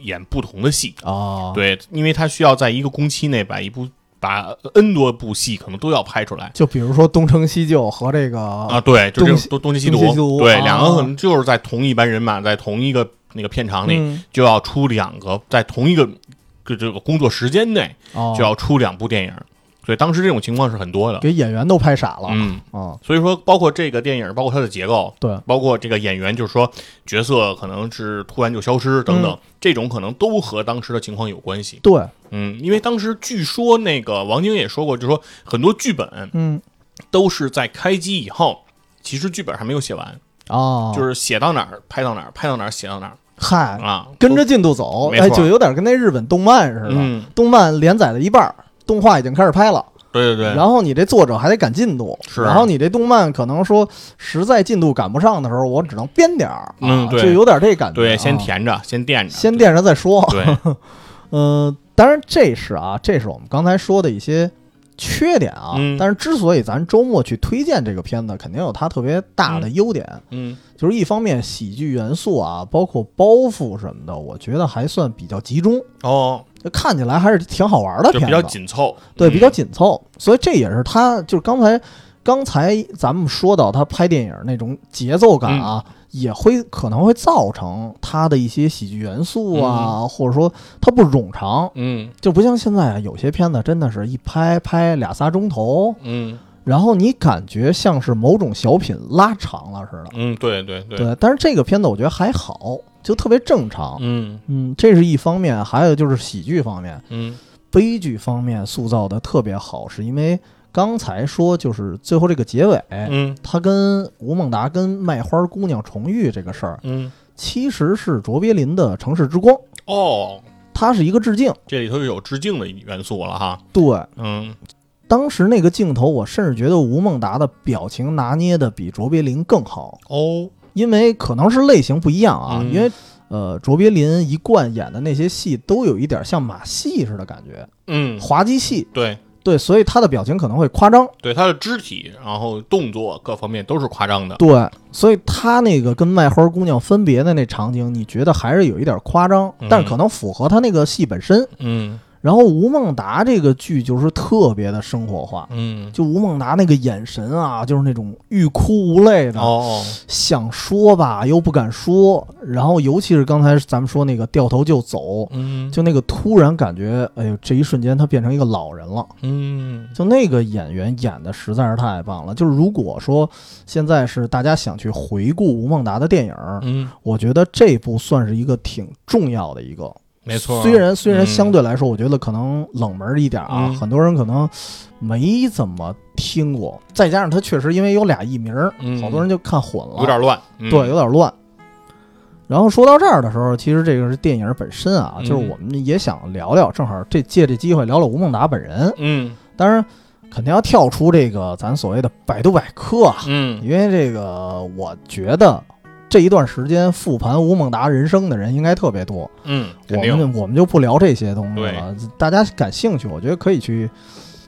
Speaker 2: 演不同的戏。
Speaker 1: 啊，
Speaker 2: 对，因为他需要在一个工期内把一部把 N 多部戏可能都要拍出来
Speaker 1: 就比如说东成西就和这个
Speaker 2: 啊。
Speaker 1: 啊
Speaker 2: 对，就这
Speaker 1: 东
Speaker 2: 种
Speaker 1: 西
Speaker 2: 东东西
Speaker 1: 东西西毒
Speaker 2: 对，
Speaker 1: 啊
Speaker 2: 两个可能就是在同一班人马，在同一个那个片场里，
Speaker 1: 嗯
Speaker 2: 就要出两个，在同一个这这个工作时间内
Speaker 1: 哦
Speaker 2: 就要出两部电影，所以当时这种情况是很多的。
Speaker 1: 给演员都拍傻了
Speaker 2: 嗯，
Speaker 1: 啊，
Speaker 2: 所以说包括这个电影，包括它的结构，
Speaker 1: 对，
Speaker 2: 包括这个演员，就是说角色可能是突然就消失等
Speaker 1: 嗯
Speaker 2: 等，这种可能都和当时的情况有关系。
Speaker 1: 对，
Speaker 2: 嗯，因为当时据说那个王晶也说过，就是说很多剧本
Speaker 1: 嗯
Speaker 2: 都是在开机以后，其实剧本还没有写完，
Speaker 1: 啊，
Speaker 2: 就是写到哪儿拍到哪儿，拍到哪儿写到哪儿
Speaker 1: 嗨，
Speaker 2: 啊，
Speaker 1: 哎跟着进度走，
Speaker 2: 没错
Speaker 1: 哎，就有点跟那日本动漫似的，
Speaker 2: 嗯，
Speaker 1: 动漫连载了一半儿，动画已经开始拍了，
Speaker 2: 对对对，
Speaker 1: 然后你这作者还得赶进度，
Speaker 2: 是
Speaker 1: 然后你这动漫可能说实在进度赶不上的时候，我只能编点儿，啊
Speaker 2: 嗯对
Speaker 1: 就有点这感觉，
Speaker 2: 对，先
Speaker 1: 啊
Speaker 2: 填着，先垫着，
Speaker 1: 先哦垫着再说，
Speaker 2: 对，
Speaker 1: 呃，当然这是啊，这是我们刚才说的一些缺点啊。
Speaker 2: 嗯
Speaker 1: 但是之所以咱周末去推荐这个片子，肯定有它特别大的优点，
Speaker 2: 嗯
Speaker 1: 就是一方面喜剧元素啊，包括包袱什么的，我觉得还算比较集中，
Speaker 2: 哦，
Speaker 1: 就看起来还是挺好玩的
Speaker 2: 就
Speaker 1: 片子，
Speaker 2: 比较紧凑，
Speaker 1: 对，
Speaker 2: 嗯
Speaker 1: 比较，紧凑。所以这也是他就是刚才。刚才咱们说到他拍电影那种节奏感
Speaker 2: 嗯
Speaker 1: 啊，也会可能会造成他的一些喜剧元素啊，或者说他不冗长，
Speaker 2: 嗯
Speaker 1: 就不像现在啊，有些片子真的是一拍拍俩仨钟头，
Speaker 2: 嗯
Speaker 1: 然后你感觉像是某种小品拉长了似的。
Speaker 2: 嗯，对对对，
Speaker 1: 对，但是这个片子我觉得还好，就特别正常。
Speaker 2: 嗯
Speaker 1: 嗯，这是一方面，还有就是喜剧方面，
Speaker 2: 嗯
Speaker 1: 悲剧方面塑造的特别好，是因为刚才说就是最后这个结尾，
Speaker 2: 嗯
Speaker 1: 他跟吴孟达跟卖花姑娘重遇这个事儿，
Speaker 2: 嗯，
Speaker 1: 其实是卓别林的《城市之光》，
Speaker 2: 哦，
Speaker 1: 它是一个致敬。
Speaker 2: 这里头有致敬的元素了哈，
Speaker 1: 对，
Speaker 2: 嗯
Speaker 1: 当时那个镜头，我甚至觉得吴孟达的表情拿捏的比卓别林更好，
Speaker 2: 哦，
Speaker 1: 因为可能是类型不一样啊。
Speaker 2: 嗯
Speaker 1: 因为呃，卓别林一贯演的那些戏都有一点像马戏似的感觉，
Speaker 2: 嗯，
Speaker 1: 滑稽戏。
Speaker 2: 对
Speaker 1: 对，所以他的表情可能会夸张。
Speaker 2: 对，他的肢体，然后动作各方面都是夸张的。
Speaker 1: 对，所以他那个跟卖花姑娘分别的那场景，你觉得还是有一点夸张，但是可能符合他那个戏本身。
Speaker 2: 嗯
Speaker 1: 然后吴孟达这个剧就是特别的生活化，
Speaker 2: 嗯，
Speaker 1: 就吴孟达那个眼神啊，就是那种欲哭无泪的，
Speaker 2: 哦，
Speaker 1: 想说吧又不敢说，然后尤其是刚才咱们说那个掉头就走，
Speaker 2: 嗯
Speaker 1: 就那个突然感觉，哎呦，这一瞬间他变成一个老人了。
Speaker 2: 嗯
Speaker 1: 就那个演员演的实在是太棒了。就是如果说现在是大家想去回顾吴孟达的电影，
Speaker 2: 嗯，
Speaker 1: 我觉得这部算是一个挺重要的一个。
Speaker 2: 没错。
Speaker 1: 虽然虽然
Speaker 2: 嗯
Speaker 1: 相对来说，我觉得可能冷门一点啊，
Speaker 2: 嗯
Speaker 1: 很多人可能没怎么听过。再加上他确实因为有俩艺名儿，
Speaker 2: 嗯
Speaker 1: 好多人就看混了，
Speaker 2: 有点乱，嗯
Speaker 1: 对，有点乱。然后说到这儿的时候，其实这个是电影本身啊，
Speaker 2: 嗯
Speaker 1: 就是我们也想聊聊，正好这借这机会聊聊吴孟达本人。
Speaker 2: 嗯
Speaker 1: 当然，肯定要跳出这个咱所谓的百度百科啊，
Speaker 2: 嗯
Speaker 1: 因为这个我觉得这一段时间复盘吴孟达人生的人应该特别多，
Speaker 2: 嗯，
Speaker 1: 我
Speaker 2: 肯定
Speaker 1: 们就我们就不聊这些东西了。大家感兴趣，我觉得可以去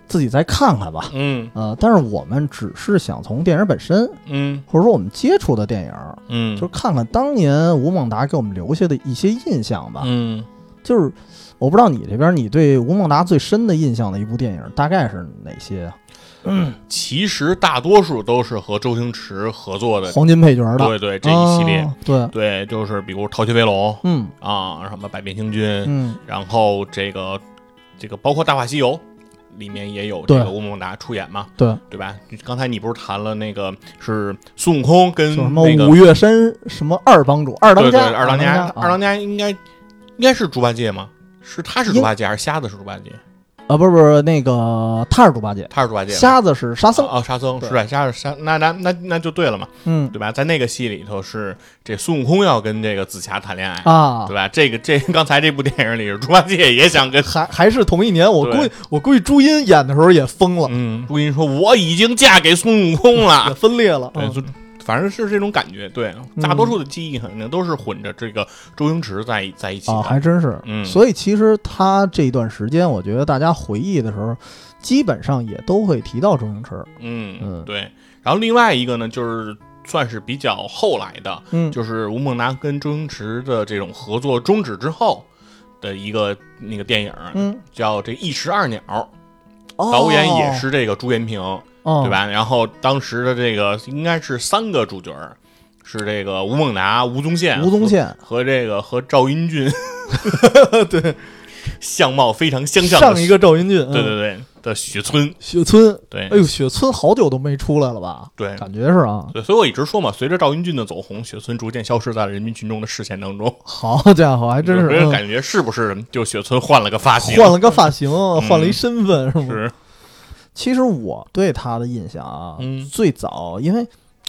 Speaker 1: 自己再看看吧。
Speaker 2: 嗯
Speaker 1: 呃，但是我们只是想从电影本身，
Speaker 2: 嗯
Speaker 1: 或者说我们接触的电影，
Speaker 2: 嗯，
Speaker 1: 就是看看当年吴孟达给我们留下的一些印象吧。
Speaker 2: 嗯
Speaker 1: 就是我不知道你这边你对吴孟达最深的印象的一部电影大概是哪些啊？
Speaker 2: 其实大多数都是和周星驰合作的，
Speaker 1: 黄金配角的
Speaker 2: 对对，这一系列，
Speaker 1: 哦对，
Speaker 2: 对，就是比如《逃学威龙
Speaker 1: 嗯》
Speaker 2: 啊，什么《百变星君》
Speaker 1: 嗯
Speaker 2: 然后这个这个包括《大话西游》里面也有这个
Speaker 1: 对
Speaker 2: 吴孟达出演嘛，
Speaker 1: 对，
Speaker 2: 对吧？刚才你不是谈了那个是孙悟空
Speaker 1: 就
Speaker 2: 跟
Speaker 1: 什么
Speaker 2: 嗯那个
Speaker 1: 五岳山什么二帮主、二当
Speaker 2: 对对
Speaker 1: 家、
Speaker 2: 二当
Speaker 1: 家、啊
Speaker 2: 二当家应该应该是猪八戒吗？是他是猪
Speaker 1: 应
Speaker 2: 八戒还是瞎子是猪八戒？
Speaker 1: 啊，不是不是那个他是猪八戒，
Speaker 2: 他是猪八戒吧。
Speaker 1: 瞎子是沙僧，
Speaker 2: 啊，哦沙僧
Speaker 1: 对
Speaker 2: 是吧？瞎是沙，那那那那就对了嘛，
Speaker 1: 嗯
Speaker 2: 对吧？在那个戏里头是这孙悟空要跟这个紫霞谈恋爱，
Speaker 1: 啊
Speaker 2: 对，吧？这个这刚才这部电影里是猪八戒也想跟，
Speaker 1: 还还是同一年，我估
Speaker 2: 对
Speaker 1: 计我估计朱茵演的时候也疯了，
Speaker 2: 嗯，朱茵说我已经嫁给孙悟空了
Speaker 1: 也，分裂了，
Speaker 2: 对，
Speaker 1: 嗯
Speaker 2: 就反正是这种感觉。对，大多数的记忆肯定都是混着这个周星驰在在一起
Speaker 1: 啊，
Speaker 2: 的。
Speaker 1: 还真是。
Speaker 2: 嗯，
Speaker 1: 所以其实他这段时间，我觉得大家回忆的时候，基本上也都会提到周星驰。嗯
Speaker 2: 嗯，对。然后另外一个呢，就是算是比较后来的，
Speaker 1: 嗯，
Speaker 2: 就是吴孟达跟周星驰的这种合作终止之后的一个那个电影，
Speaker 1: 嗯，
Speaker 2: 叫这《一石二鸟》，
Speaker 1: 哦
Speaker 2: 导演也，是这个朱延平，
Speaker 1: 哦
Speaker 2: 对？吧？然后当时的这个应该是三个主角儿，是这个吴孟达、吴宗宪、
Speaker 1: 吴宗宪
Speaker 2: 和这个和赵英 俊，对，相貌非常相像的
Speaker 1: 上一个赵英俊，嗯
Speaker 2: 对对对的雪村，
Speaker 1: 雪村，
Speaker 2: 对
Speaker 1: 哎呦，雪村好久都没出来了吧？
Speaker 2: 对
Speaker 1: 感觉是啊，
Speaker 2: 对，所以我一直说嘛，随着赵英俊的走红，雪村逐渐消失在了人民群众的视线当中。
Speaker 1: 好家伙，还真是
Speaker 2: 有没有
Speaker 1: 嗯
Speaker 2: 感觉是不是就雪村换了个发型？嗯
Speaker 1: 换了个发型，换了一身份，是吗？
Speaker 2: 是，
Speaker 1: 其实我对他的印象啊
Speaker 2: 嗯，
Speaker 1: 最早因为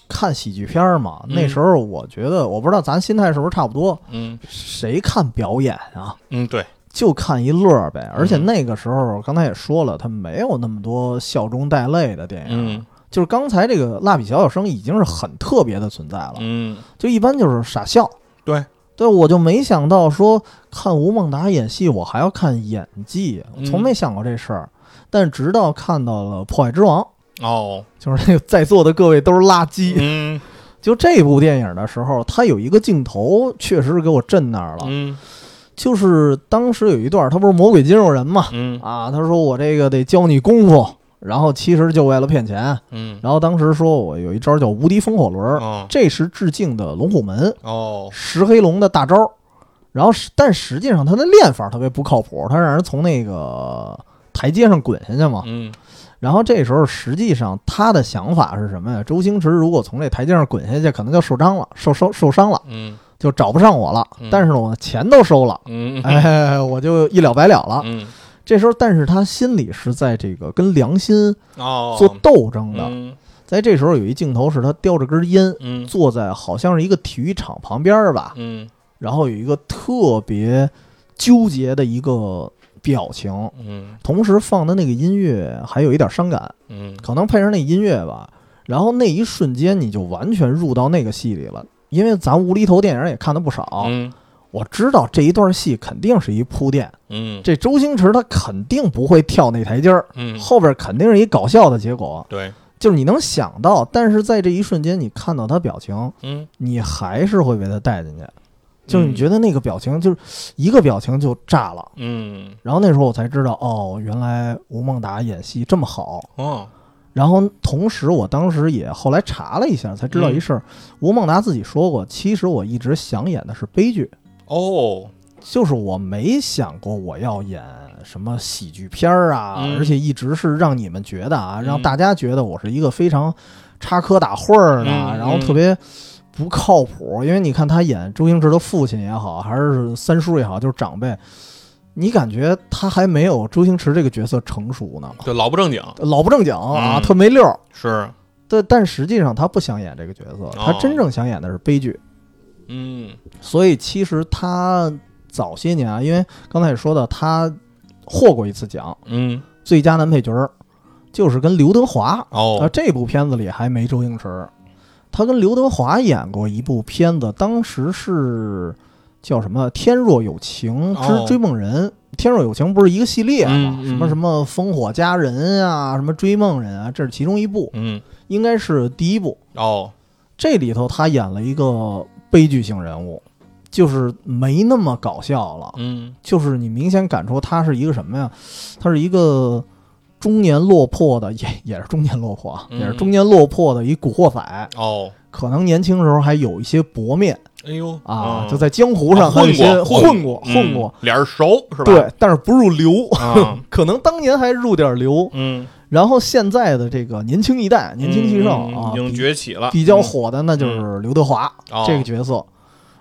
Speaker 1: 看喜剧片儿嘛，
Speaker 2: 嗯
Speaker 1: 那时候我觉得，我不知道咱心态是不是差不多，
Speaker 2: 嗯
Speaker 1: 谁看表演啊？
Speaker 2: 嗯，对，
Speaker 1: 就看一乐儿
Speaker 2: 嗯
Speaker 1: 呗，而且那个时候，刚才也说了，他没有那么多笑中带泪的电影，
Speaker 2: 嗯
Speaker 1: 就是刚才这个《蜡笔小小生》已经是很特别的存在了，
Speaker 2: 嗯
Speaker 1: 就一般就是傻笑。
Speaker 2: 对，
Speaker 1: 对，我就没想到说看吴孟达演戏，我还要看演技，我
Speaker 2: 嗯
Speaker 1: 从没想过这事儿。但直到看到了《破坏之王》，
Speaker 2: 哦，
Speaker 1: 就是那个在座的各位都是垃圾。
Speaker 2: 嗯
Speaker 1: 就这部电影的时候，它有一个镜头确实是给我震那儿了，
Speaker 2: 嗯
Speaker 1: 就是当时有一段，他不是魔鬼肌肉人嘛，
Speaker 2: 嗯
Speaker 1: 啊，他说我这个得教你功夫，然后其实就为了骗钱。
Speaker 2: 嗯，
Speaker 1: 然后当时说我有一招叫无敌风火轮儿，
Speaker 2: 哦
Speaker 1: 这是致敬的龙虎门
Speaker 2: 哦，
Speaker 1: 石黑龙的大招儿。然后是但实际上他的练法特别不靠谱，他让人从那个台阶上滚下去嘛。
Speaker 2: 嗯
Speaker 1: 然后这时候实际上他的想法是什么呀？周星驰如果从这台阶上滚下去，可能就受伤了，受受受伤了，
Speaker 2: 嗯
Speaker 1: 就找不上我了。
Speaker 2: 嗯
Speaker 1: 但是呢，我钱都收了，
Speaker 2: 嗯，
Speaker 1: 哎，我就一了百了了。
Speaker 2: 嗯
Speaker 1: 这时候，但是他心里是在这个跟良心
Speaker 2: 哦，
Speaker 1: 做斗争的。
Speaker 2: 嗯
Speaker 1: 在这时候，有一镜头是他叼着根烟，
Speaker 2: 嗯
Speaker 1: 坐在好像是一个体育场旁边儿吧，
Speaker 2: 嗯
Speaker 1: 然后有一个特别纠结的一个表情，
Speaker 2: 嗯
Speaker 1: 同时放的那个音乐还有一点伤感，
Speaker 2: 嗯
Speaker 1: 可能配上那音乐吧。然后那一瞬间，你就完全入到那个戏里了，因为咱无厘头电影也看的不少。
Speaker 2: 嗯
Speaker 1: 我知道这一段戏肯定是一铺垫，
Speaker 2: 嗯
Speaker 1: 这周星驰他肯定不会跳那台阶儿，
Speaker 2: 嗯，
Speaker 1: 后边肯定是一搞笑的结果，
Speaker 2: 对，
Speaker 1: 就是你能想到，但是在这一瞬间你看到他表情，
Speaker 2: 嗯
Speaker 1: 你还是会被他带进去，就是你
Speaker 2: 嗯
Speaker 1: 觉得那个表情就是一个表情就炸了。
Speaker 2: 嗯
Speaker 1: 然后那时候我才知道，哦，原来吴孟达演戏这么好。
Speaker 2: 哦，
Speaker 1: 然后同时，我当时也后来查了一下，才知
Speaker 2: 嗯
Speaker 1: 道一事儿。吴孟达自己说过，其实我一直想演的是悲剧，
Speaker 2: 哦，
Speaker 1: 就是我没想过我要演什么喜剧片儿啊，
Speaker 2: 嗯
Speaker 1: 而且一直是让你们觉得啊，
Speaker 2: 嗯
Speaker 1: 让大家觉得我是一个非常插科打诨儿的，
Speaker 2: 嗯嗯
Speaker 1: 然后特别不靠谱。因为你看他演周星驰的父亲也好，还是三叔也好，就是长辈，你感觉他还没有周星驰这个角色成熟呢，
Speaker 2: 对，老不正经
Speaker 1: 老不正经啊，
Speaker 2: 嗯
Speaker 1: 特没溜儿。
Speaker 2: 是，
Speaker 1: 但但实际上他不想演这个角色，他
Speaker 2: 哦
Speaker 1: 真正想演的是悲剧。
Speaker 2: 嗯
Speaker 1: 所以其实他早些年啊，因为刚才也说到，他获过一次奖，
Speaker 2: 嗯
Speaker 1: 最佳男配角儿，就是跟刘德华。啊，
Speaker 2: 哦，
Speaker 1: 这部片子里还没周星驰，他跟刘德华演过一部片子，当时是叫什么《天若有情
Speaker 2: 哦
Speaker 1: 之追梦人》。天若有情》不是一个系列吗？
Speaker 2: 嗯嗯
Speaker 1: 什么什么烽火佳人啊，什么追梦人啊，这是其中一部，
Speaker 2: 嗯
Speaker 1: 应该是第一部。
Speaker 2: 哦，
Speaker 1: 这里头他演了一个悲剧性人物，就是没那么搞笑了，
Speaker 2: 嗯
Speaker 1: 就是你明显感出他是一个什么呀？他是一个中年落魄的，也也是中年落魄啊，
Speaker 2: 嗯
Speaker 1: 也是中年落魄的一古惑仔，
Speaker 2: 哦，
Speaker 1: 可能年轻时候还有一些薄面
Speaker 2: 哎呦
Speaker 1: 啊，
Speaker 2: 嗯
Speaker 1: 就在江湖上
Speaker 2: 啊
Speaker 1: 还有一
Speaker 2: 混
Speaker 1: 些
Speaker 2: 过
Speaker 1: 混过混
Speaker 2: 嗯
Speaker 1: 过，
Speaker 2: 脸儿熟是吧？
Speaker 1: 对，但是不入流。
Speaker 2: 啊，
Speaker 1: 可能当年还入点流，
Speaker 2: 嗯，
Speaker 1: 然后现在的这个年轻一代、 年轻气盛
Speaker 2: 嗯
Speaker 1: 啊，
Speaker 2: 已经
Speaker 1: 比
Speaker 2: 崛起了，
Speaker 1: 比较
Speaker 2: 嗯
Speaker 1: 火的那就是刘德华
Speaker 2: 哦
Speaker 1: 这个角色。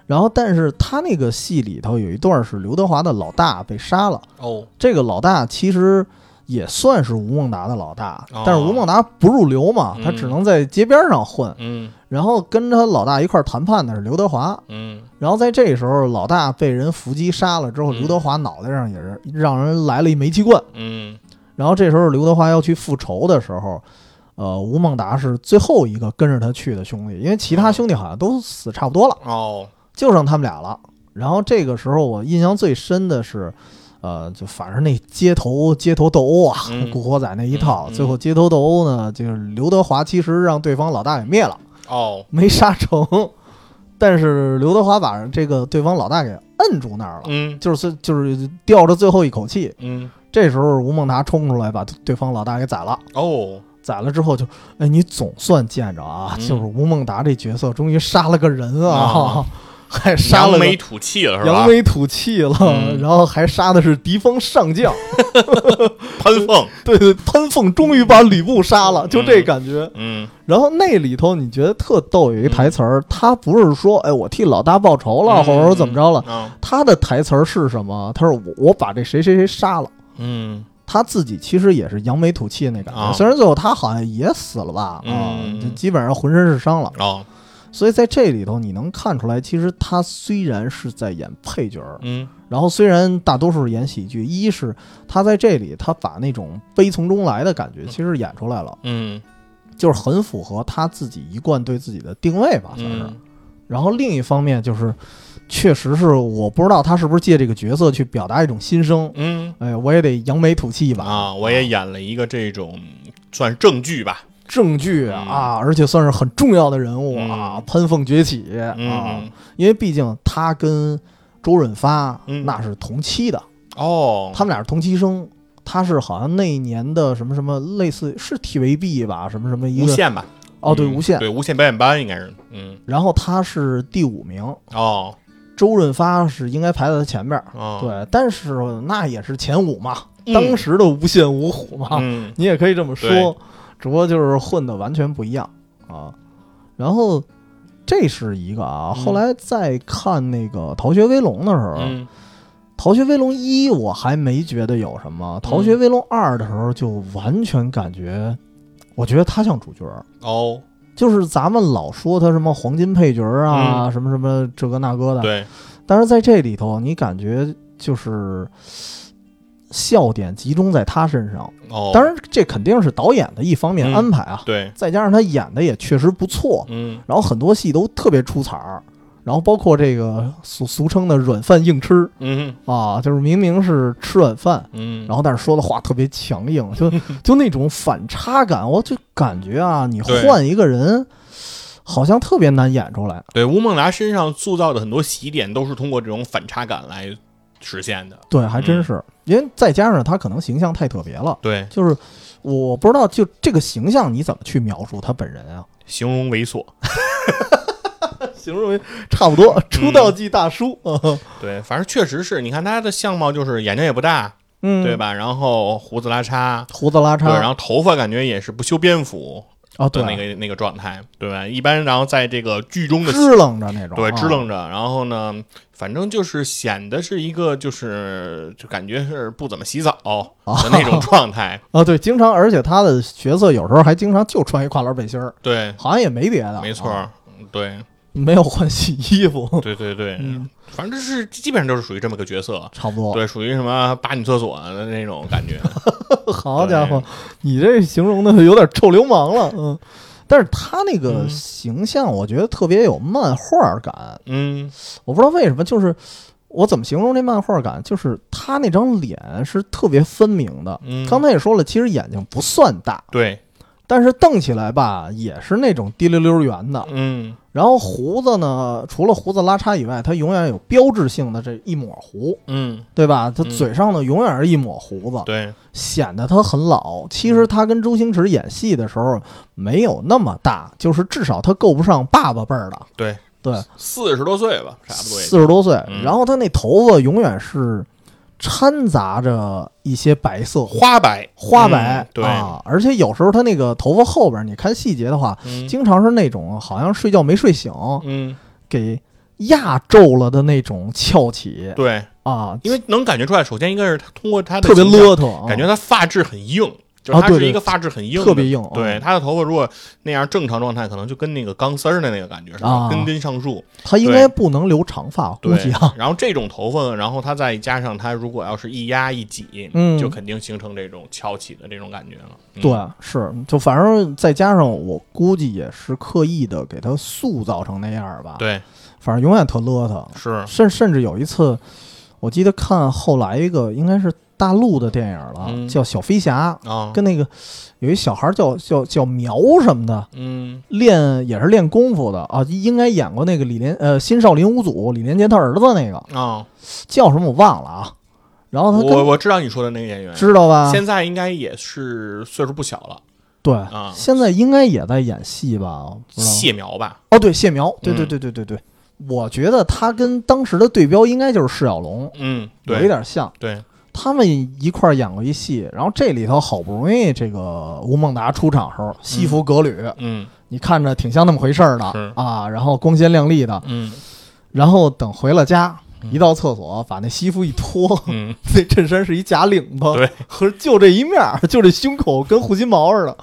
Speaker 1: 然后，但是他那个戏里头有一段是刘德华的老大被杀了，
Speaker 2: 哦，
Speaker 1: 这个老大其实也算是吴孟达的老大
Speaker 2: 哦，
Speaker 1: 但是吴孟达不入流嘛，
Speaker 2: 嗯
Speaker 1: 他只能在街边上混。
Speaker 2: 嗯
Speaker 1: 然后跟他老大一块儿谈判的是刘德华，
Speaker 2: 嗯，
Speaker 1: 然后在这时候老大被人伏击杀了之后，
Speaker 2: 嗯
Speaker 1: 刘德华脑袋上也是让人来了一煤气罐。
Speaker 2: 嗯
Speaker 1: 然后这时候刘德华要去复仇的时候，呃，吴孟达是最后一个跟着他去的兄弟，因为其他兄弟好像都死差不多了，
Speaker 2: 哦，
Speaker 1: 就剩他们俩了。然后这个时候我印象最深的是，呃，就反正那街头街头斗殴啊，
Speaker 2: 嗯
Speaker 1: 古惑仔那一套，
Speaker 2: 嗯嗯
Speaker 1: 最后街头斗殴呢，就是刘德华其实让对方老大给灭了，
Speaker 2: 哦，
Speaker 1: 没杀成，但是刘德华把这个对方老大给摁住那儿了，
Speaker 2: 嗯
Speaker 1: 就是就是吊着最后一口气，
Speaker 2: 嗯，
Speaker 1: 这时候吴孟达冲出来，把对方老大给宰了。
Speaker 2: 哦，
Speaker 1: 宰了之后就，哎，你总算见着啊，
Speaker 2: 嗯
Speaker 1: 就是吴孟达这角色终于杀了个人啊，
Speaker 2: 啊
Speaker 1: 还杀了
Speaker 2: 扬
Speaker 1: 个
Speaker 2: 眉吐气了是吧
Speaker 1: 扬？眉吐气了，
Speaker 2: 嗯
Speaker 1: 然后还杀的是敌方上 将，
Speaker 2: 潘凤，
Speaker 1: 对对，潘凤终于把吕布杀了，就这感觉。
Speaker 2: 嗯
Speaker 1: 然后那里头你觉得特逗，有一台词儿，他不是说，哎，我替老大报仇了，
Speaker 2: 嗯
Speaker 1: 或者我怎么着了，
Speaker 2: 啊，
Speaker 1: 他的台词儿是什么？他说我我把这谁谁谁杀了。
Speaker 2: 嗯
Speaker 1: 他自己其实也是扬眉吐气的那感觉，
Speaker 2: 啊
Speaker 1: 虽然最后他好像也死了吧，啊，
Speaker 2: 嗯
Speaker 1: 就基本上浑身是伤了。
Speaker 2: 哦，
Speaker 1: 所以在这里头，你能看出来，其实他虽然是在演配角儿，
Speaker 2: 嗯
Speaker 1: 然后虽然大多数是演喜剧，一是他在这里他把那种悲从中来的感觉其实演出来了，
Speaker 2: 嗯
Speaker 1: 就是很符合他自己一贯对自己的定位吧，啊算是。
Speaker 2: 嗯
Speaker 1: 然后另一方面就是，确实是我不知道他是不是借这个角色去表达一种心声，
Speaker 2: 嗯
Speaker 1: 哎，我也得扬眉吐气一把
Speaker 2: 啊，我也演了一个这种算正剧吧，
Speaker 1: 证据
Speaker 2: 嗯
Speaker 1: 啊，而且算是很重要的人物
Speaker 2: 嗯
Speaker 1: 啊，潘凤崛起啊，
Speaker 2: 嗯
Speaker 1: 因为毕竟他跟周润发
Speaker 2: 嗯
Speaker 1: 那是同期的，
Speaker 2: 哦，
Speaker 1: 他们俩是同期生，他是好像那一年的什么什么类似是 TVB 吧，什么什么一
Speaker 2: 无
Speaker 1: 个
Speaker 2: 限吧？
Speaker 1: 哦对
Speaker 2: 嗯
Speaker 1: 无线，
Speaker 2: 对无线表演班应该是，嗯
Speaker 1: 然后他是第五名，
Speaker 2: 哦
Speaker 1: 周润发是应该排在他前面，
Speaker 2: 哦，
Speaker 1: 对，但是那也是前五嘛，
Speaker 2: 嗯
Speaker 1: 当时的无线五虎嘛，
Speaker 2: 嗯
Speaker 1: 你也可以这么
Speaker 2: 对
Speaker 1: 说，只不过就是混的完全不一样啊。然后这是一个啊，
Speaker 2: 嗯
Speaker 1: 后来再看那个《逃学威龙》的时候，
Speaker 2: 嗯
Speaker 1: 逃学威龙一》我还没觉得有什么，《逃学威龙二》的时候就完全感觉，我觉得他像主角儿。
Speaker 2: 哦，
Speaker 1: 就是咱们老说他什么黄金配角儿啊，什么什么这个那个的，
Speaker 2: 嗯对，
Speaker 1: 但是在这里头，你感觉就是笑点集中在他身上，
Speaker 2: 哦，
Speaker 1: 当然，这肯定是导演的一方面
Speaker 2: 嗯
Speaker 1: 安排啊，
Speaker 2: 对，
Speaker 1: 再加上他演的也确实不错，
Speaker 2: 嗯
Speaker 1: 然后很多戏都特别出彩儿，然后包括这个俗俗称的软饭硬吃
Speaker 2: 嗯
Speaker 1: 啊，就是明明是吃软饭，
Speaker 2: 嗯，
Speaker 1: 然后但是说的话特别强硬， 就就那种反差感，我就感觉啊，你
Speaker 2: 对
Speaker 1: 换一个人，好像特别难演出来。
Speaker 2: 对吴孟达身上塑造的很多喜点都是通过这种反差感来实现的。
Speaker 1: 对，还真
Speaker 2: 嗯
Speaker 1: 是，因为再加上他可能形象太特别了，
Speaker 2: 对，
Speaker 1: 就是我不知道就这个形象你怎么去描述他本人 啊？
Speaker 2: 形容猥琐。
Speaker 1: 形容为差不多出道即大叔，
Speaker 2: 对，反正确实是你看他的相貌，就是眼睛也不大，
Speaker 1: 嗯，
Speaker 2: 对？吧？然后胡子拉碴，
Speaker 1: 胡子拉
Speaker 2: 对，然
Speaker 1: 碴，
Speaker 2: 后头发感觉也是不修边幅
Speaker 1: 哦，
Speaker 2: 的
Speaker 1: 啊对，
Speaker 2: 那个那个状态，对吧？一般然后在这个剧中的
Speaker 1: 支棱着那种，
Speaker 2: 对
Speaker 1: 啊
Speaker 2: 支。棱着，然后呢，反正就是显得是一个就是就感觉是不怎么洗澡的那 种状态，
Speaker 1: 啊，对，经常，而且他的角色有时候还经常就穿一跨栏背心儿，
Speaker 2: 对，
Speaker 1: 好像也没别的，
Speaker 2: 没错
Speaker 1: 啊
Speaker 2: 儿，嗯对
Speaker 1: 没有换洗衣 服，
Speaker 2: 对对对
Speaker 1: 嗯，哦
Speaker 2: 反正是基本上都是属于这么个角色。
Speaker 1: 差 不多。
Speaker 2: 对，属于什么把女厕所的那种感 觉，
Speaker 1: 好家伙，你这形容的有点臭流氓了，嗯。但是他那个
Speaker 2: 嗯
Speaker 1: 形象，我觉得特别有漫画感，
Speaker 2: 嗯，
Speaker 1: 我不知道为什么，就是我怎么形容这漫画感，就是他那张脸是特别分明的。
Speaker 2: 嗯
Speaker 1: 刚才也说了，其实眼睛不算大，
Speaker 2: 对，
Speaker 1: 但是瞪起来吧，也是那种滴溜溜圆的。
Speaker 2: 嗯，
Speaker 1: 然后胡子呢，除了胡子拉碴以外，它永远有标志性的这一抹胡，
Speaker 2: 嗯，
Speaker 1: 对吧？他
Speaker 2: 嗯
Speaker 1: 嘴上呢永远是一抹胡子，
Speaker 2: 对，嗯
Speaker 1: 显得他很老。其实他跟周星驰演戏的时候没有那么大，就是至少他够不上爸爸辈儿的，
Speaker 2: 对，
Speaker 1: 对，
Speaker 2: 四十多岁吧，差不多也就。
Speaker 1: 四十多岁。
Speaker 2: 嗯
Speaker 1: 然后他那头发永远是掺杂着一些白色
Speaker 2: 花白，
Speaker 1: 花白、
Speaker 2: 嗯对
Speaker 1: 啊，而且有时候他那个头发后边儿，你看细节的话，
Speaker 2: 嗯
Speaker 1: 经常是那种好像睡觉没睡醒，
Speaker 2: 嗯，
Speaker 1: 给压皱了的那种翘起
Speaker 2: 对，
Speaker 1: 啊，
Speaker 2: 因为能感觉出来，首先一个是他通过他的
Speaker 1: 特别
Speaker 2: 形象
Speaker 1: 邋遢啊，
Speaker 2: 感觉他发质很硬，就
Speaker 1: 啊
Speaker 2: 是他
Speaker 1: 对
Speaker 2: 是
Speaker 1: 对
Speaker 2: 一个发质很硬的，
Speaker 1: 特别硬啊
Speaker 2: 对他的头发如果那样正常状态，可能就跟那个钢丝儿的那个感觉似
Speaker 1: 啊
Speaker 2: 的，根根上树。
Speaker 1: 他应该不能留长发，估
Speaker 2: 对
Speaker 1: 计啊，，
Speaker 2: 然后这种头发，然后他再加上他如果要是一压一挤，
Speaker 1: 嗯
Speaker 2: 就肯定形成这种翘起的这种感觉了。嗯
Speaker 1: 对，是就反正再加上我估计也是刻意的给他塑造成那样儿吧，，
Speaker 2: 对，嗯
Speaker 1: 反正永远特邋遢，
Speaker 2: 是，
Speaker 1: 甚甚至有一次，我记得看后来一个应该是大陆的电影了，
Speaker 2: 嗯
Speaker 1: 叫《小飞侠》，
Speaker 2: 啊，
Speaker 1: 跟那个有一小孩儿叫叫叫苗什么的，
Speaker 2: 嗯
Speaker 1: 练也是练功夫的啊，应该演过那个李连呃新少林五祖李连杰他儿子那个
Speaker 2: 啊，
Speaker 1: 叫什么我忘了啊。然后他
Speaker 2: 我
Speaker 1: 跟啊
Speaker 2: 我知道你说的那个演员，
Speaker 1: 知道吧？
Speaker 2: 现在应该也是岁数不小了，
Speaker 1: 对、
Speaker 2: 啊
Speaker 1: 现在应该也在演戏吧？不知道
Speaker 2: 谢苗吧？
Speaker 1: 哦，对谢苗，对对
Speaker 2: 嗯
Speaker 1: 对对对对，我觉得他跟当时的对标应该就是释小龙
Speaker 2: 嗯，
Speaker 1: 有一
Speaker 2: 对
Speaker 1: 点像。
Speaker 2: 对，
Speaker 1: 他们一块儿演过一戏，然后这里头好不容易这个吴孟达出场时候，西服革履，
Speaker 2: 嗯
Speaker 1: 你看着挺像那么回事儿的
Speaker 2: 是
Speaker 1: 啊，然后光鲜亮丽的，
Speaker 2: 嗯
Speaker 1: 然后等回了家，
Speaker 2: 嗯
Speaker 1: 一到厕所把那西服一脱，
Speaker 2: 嗯，
Speaker 1: 那衬衫是一假领子，
Speaker 2: 对，
Speaker 1: 和就这一面儿，就这胸口跟护心毛似的，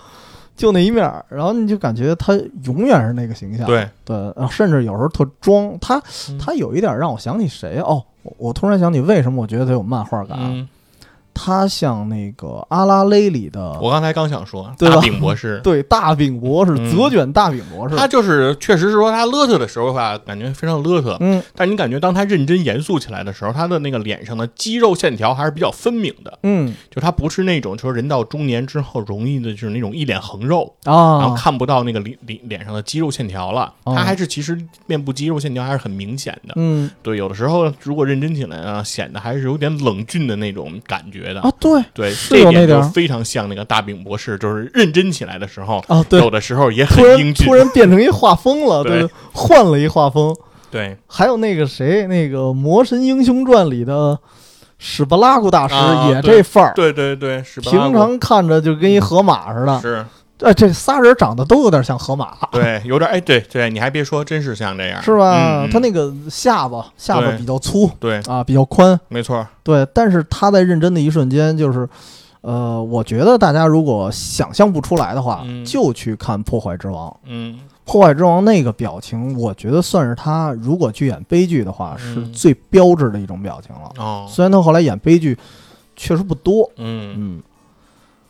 Speaker 1: 就那一面儿，然后你就感觉他永远是那个形象，
Speaker 2: 对，
Speaker 1: 对，呃甚至有时候特装，他
Speaker 2: 嗯
Speaker 1: 他有一点让我想起谁哦，我我突然想起为什么我觉得他有漫画感，啊
Speaker 2: 嗯，
Speaker 1: 他像那个阿拉蕾里的
Speaker 2: 我刚才刚想说，
Speaker 1: 对吧
Speaker 2: 大饼 博士，
Speaker 1: 对大饼博士，
Speaker 2: 嗯
Speaker 1: 泽卷大饼博士，
Speaker 2: 他就是确实是说他邋遢的时候吧，感觉非常邋遢。
Speaker 1: 嗯，
Speaker 2: 但你感觉当他认真严肃起来的时候，他的那个脸上的肌肉线条还是比较分明的，
Speaker 1: 嗯
Speaker 2: 就他不是那种就是人到中年之后容易的就是那种一脸横肉，然后
Speaker 1: 啊，
Speaker 2: 看不到那个脸脸脸上的肌肉线条了。
Speaker 1: 哦
Speaker 2: 他还是其实面部肌肉线条还是很明显的。
Speaker 1: 嗯
Speaker 2: 对，有的时候如果认真起来呢，显得还是有点冷峻的那种感觉的。
Speaker 1: 啊，对
Speaker 2: 对，
Speaker 1: 是
Speaker 2: 这
Speaker 1: 有那
Speaker 2: 点
Speaker 1: 点
Speaker 2: 就
Speaker 1: 儿
Speaker 2: 非常像那个大饼博士，就是认真起来的时候，
Speaker 1: 啊，对，
Speaker 2: 有的时候也
Speaker 1: 突
Speaker 2: 很英
Speaker 1: 然
Speaker 2: 俊
Speaker 1: 突。然变成一画风了，
Speaker 2: 对
Speaker 1: 对，换了一画风。
Speaker 2: 对，
Speaker 1: 还有那个谁，那个《魔神英雄传》里的史巴拉古大师
Speaker 2: 啊
Speaker 1: 也这范儿，
Speaker 2: 对对对，是吧？
Speaker 1: 平常看着就跟一河马似的。
Speaker 2: 是
Speaker 1: 哎，这仨人长得都有点像河马，
Speaker 2: 对，有点哎，对对，你还别说，真是像这样，
Speaker 1: 是吧？
Speaker 2: 嗯、
Speaker 1: 他那个下巴下巴
Speaker 2: 对
Speaker 1: 比较粗
Speaker 2: 对，
Speaker 1: 啊，比较宽，
Speaker 2: 没错，
Speaker 1: 对，但是他在认真的一瞬间，就是，呃，我觉得大家如果想象不出来的话，
Speaker 2: 嗯
Speaker 1: 就去看《破坏之王》。
Speaker 2: 嗯，
Speaker 1: 《破坏之王》那个表情，我觉得算是他如果去演悲剧的话，
Speaker 2: 嗯
Speaker 1: 是最标志的一种表情了。
Speaker 2: 哦，
Speaker 1: 虽然他后来演悲剧确实不多，
Speaker 2: 嗯，
Speaker 1: 嗯。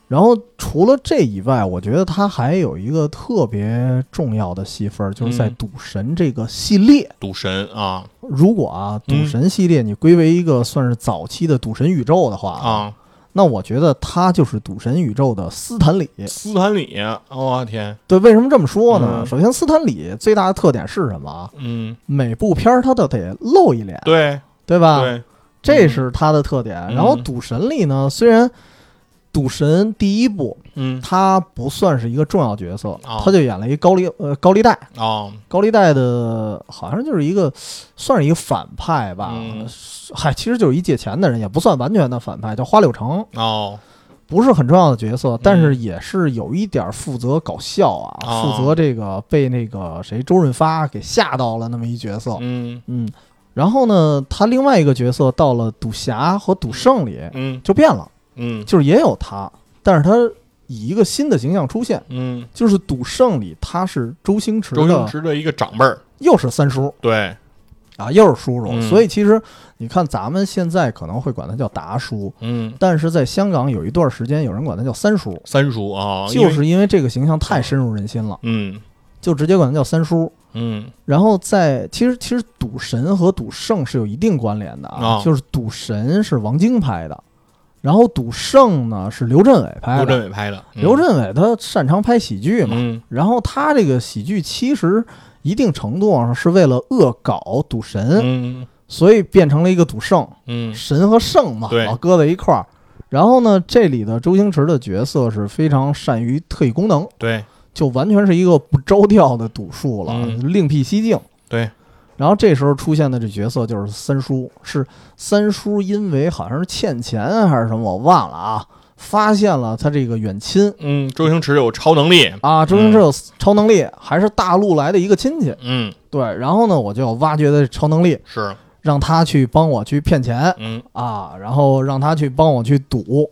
Speaker 1: 然后除了这以外，我觉得他还有一个特别重要的戏份儿，就是在
Speaker 2: 嗯
Speaker 1: 赌神这个系列。
Speaker 2: 赌神啊
Speaker 1: 如果啊，赌
Speaker 2: 嗯
Speaker 1: 神系列你归为一个算是早期的赌神宇宙的话，
Speaker 2: 啊，
Speaker 1: 那我觉得他就是赌神宇宙的斯坦李。
Speaker 2: 斯坦李，哦我天，
Speaker 1: 对，为什么这么说呢？
Speaker 2: 嗯
Speaker 1: 首先，斯坦李最大的特点是什么啊？
Speaker 2: 嗯，
Speaker 1: 每部片儿他都得露一脸，
Speaker 2: 对
Speaker 1: 对吧？
Speaker 2: 对，
Speaker 1: 这是他的特点。
Speaker 2: 嗯
Speaker 1: 然后，赌神里呢，虽然赌神第一部
Speaker 2: 嗯
Speaker 1: 他不算是一个重要角色，
Speaker 2: 哦
Speaker 1: 他就演了一高利呃高利贷，
Speaker 2: 啊，
Speaker 1: 高利贷的好像就是一个算是一个反派吧
Speaker 2: 嗯，
Speaker 1: 嗨、其实就是一借钱的人，也不算完全的反派，叫花柳城，
Speaker 2: 哦，
Speaker 1: 不是很重要的角
Speaker 2: 嗯
Speaker 1: 色，但是也是有一点负责搞笑啊，
Speaker 2: 哦
Speaker 1: 负责这个被那个谁周润发给吓到了那么一角色，
Speaker 2: 嗯
Speaker 1: 嗯，然后呢，他另外一个角色到了赌侠和赌圣里
Speaker 2: 嗯
Speaker 1: 就变了，
Speaker 2: 嗯
Speaker 1: 就是也有他，但是他以一个新的形象出现。
Speaker 2: 嗯，
Speaker 1: 就是赌圣里，他是周星驰
Speaker 2: 周星
Speaker 1: 的，
Speaker 2: 驰的一个长辈儿，
Speaker 1: 又是三叔
Speaker 2: 对，
Speaker 1: 啊，又是叔叔。
Speaker 2: 嗯
Speaker 1: 所以其实你看，咱们现在可能会管他叫达叔，
Speaker 2: 嗯，
Speaker 1: 但是在香港有一段时间，有人管他叫三叔，
Speaker 2: 三叔啊，因
Speaker 1: 就
Speaker 2: 为
Speaker 1: 是因为这个形象太深入人心了，
Speaker 2: 嗯
Speaker 1: 就直接管他叫三叔。
Speaker 2: 嗯
Speaker 1: 然后在其实其实赌神和赌圣是有一定关联的啊，
Speaker 2: 啊
Speaker 1: 就是赌神是王晶拍的，然后赌圣呢是刘镇伟拍
Speaker 2: 刘
Speaker 1: 的。
Speaker 2: 镇伟拍的，嗯
Speaker 1: 刘镇伟他擅长拍喜剧嘛，
Speaker 2: 嗯
Speaker 1: 然后他这个喜剧其实一定程度上是为了恶搞赌神，
Speaker 2: 嗯
Speaker 1: 所以变成了一个赌圣，
Speaker 2: 嗯
Speaker 1: 神和圣嘛，
Speaker 2: 对
Speaker 1: 老搁在一块儿。然后呢，这里的周星驰的角色是非常善于特异功能，
Speaker 2: 对
Speaker 1: 就完全是一个不着调的赌术了，
Speaker 2: 嗯
Speaker 1: 另辟蹊径。
Speaker 2: 对，
Speaker 1: 然后这时候出现的这角色就是三叔，是三叔，因为好像是欠钱还是什么，我忘了啊，发现了他这个远亲
Speaker 2: 嗯，周星驰有超能力，
Speaker 1: 啊，周星驰有超能力，还是大陆来的一个亲戚，
Speaker 2: 嗯
Speaker 1: 对，然后呢，我就要挖掘他的超能力，
Speaker 2: 是，
Speaker 1: 让他去帮我去骗钱
Speaker 2: 嗯
Speaker 1: 啊，然后让他去帮我去赌，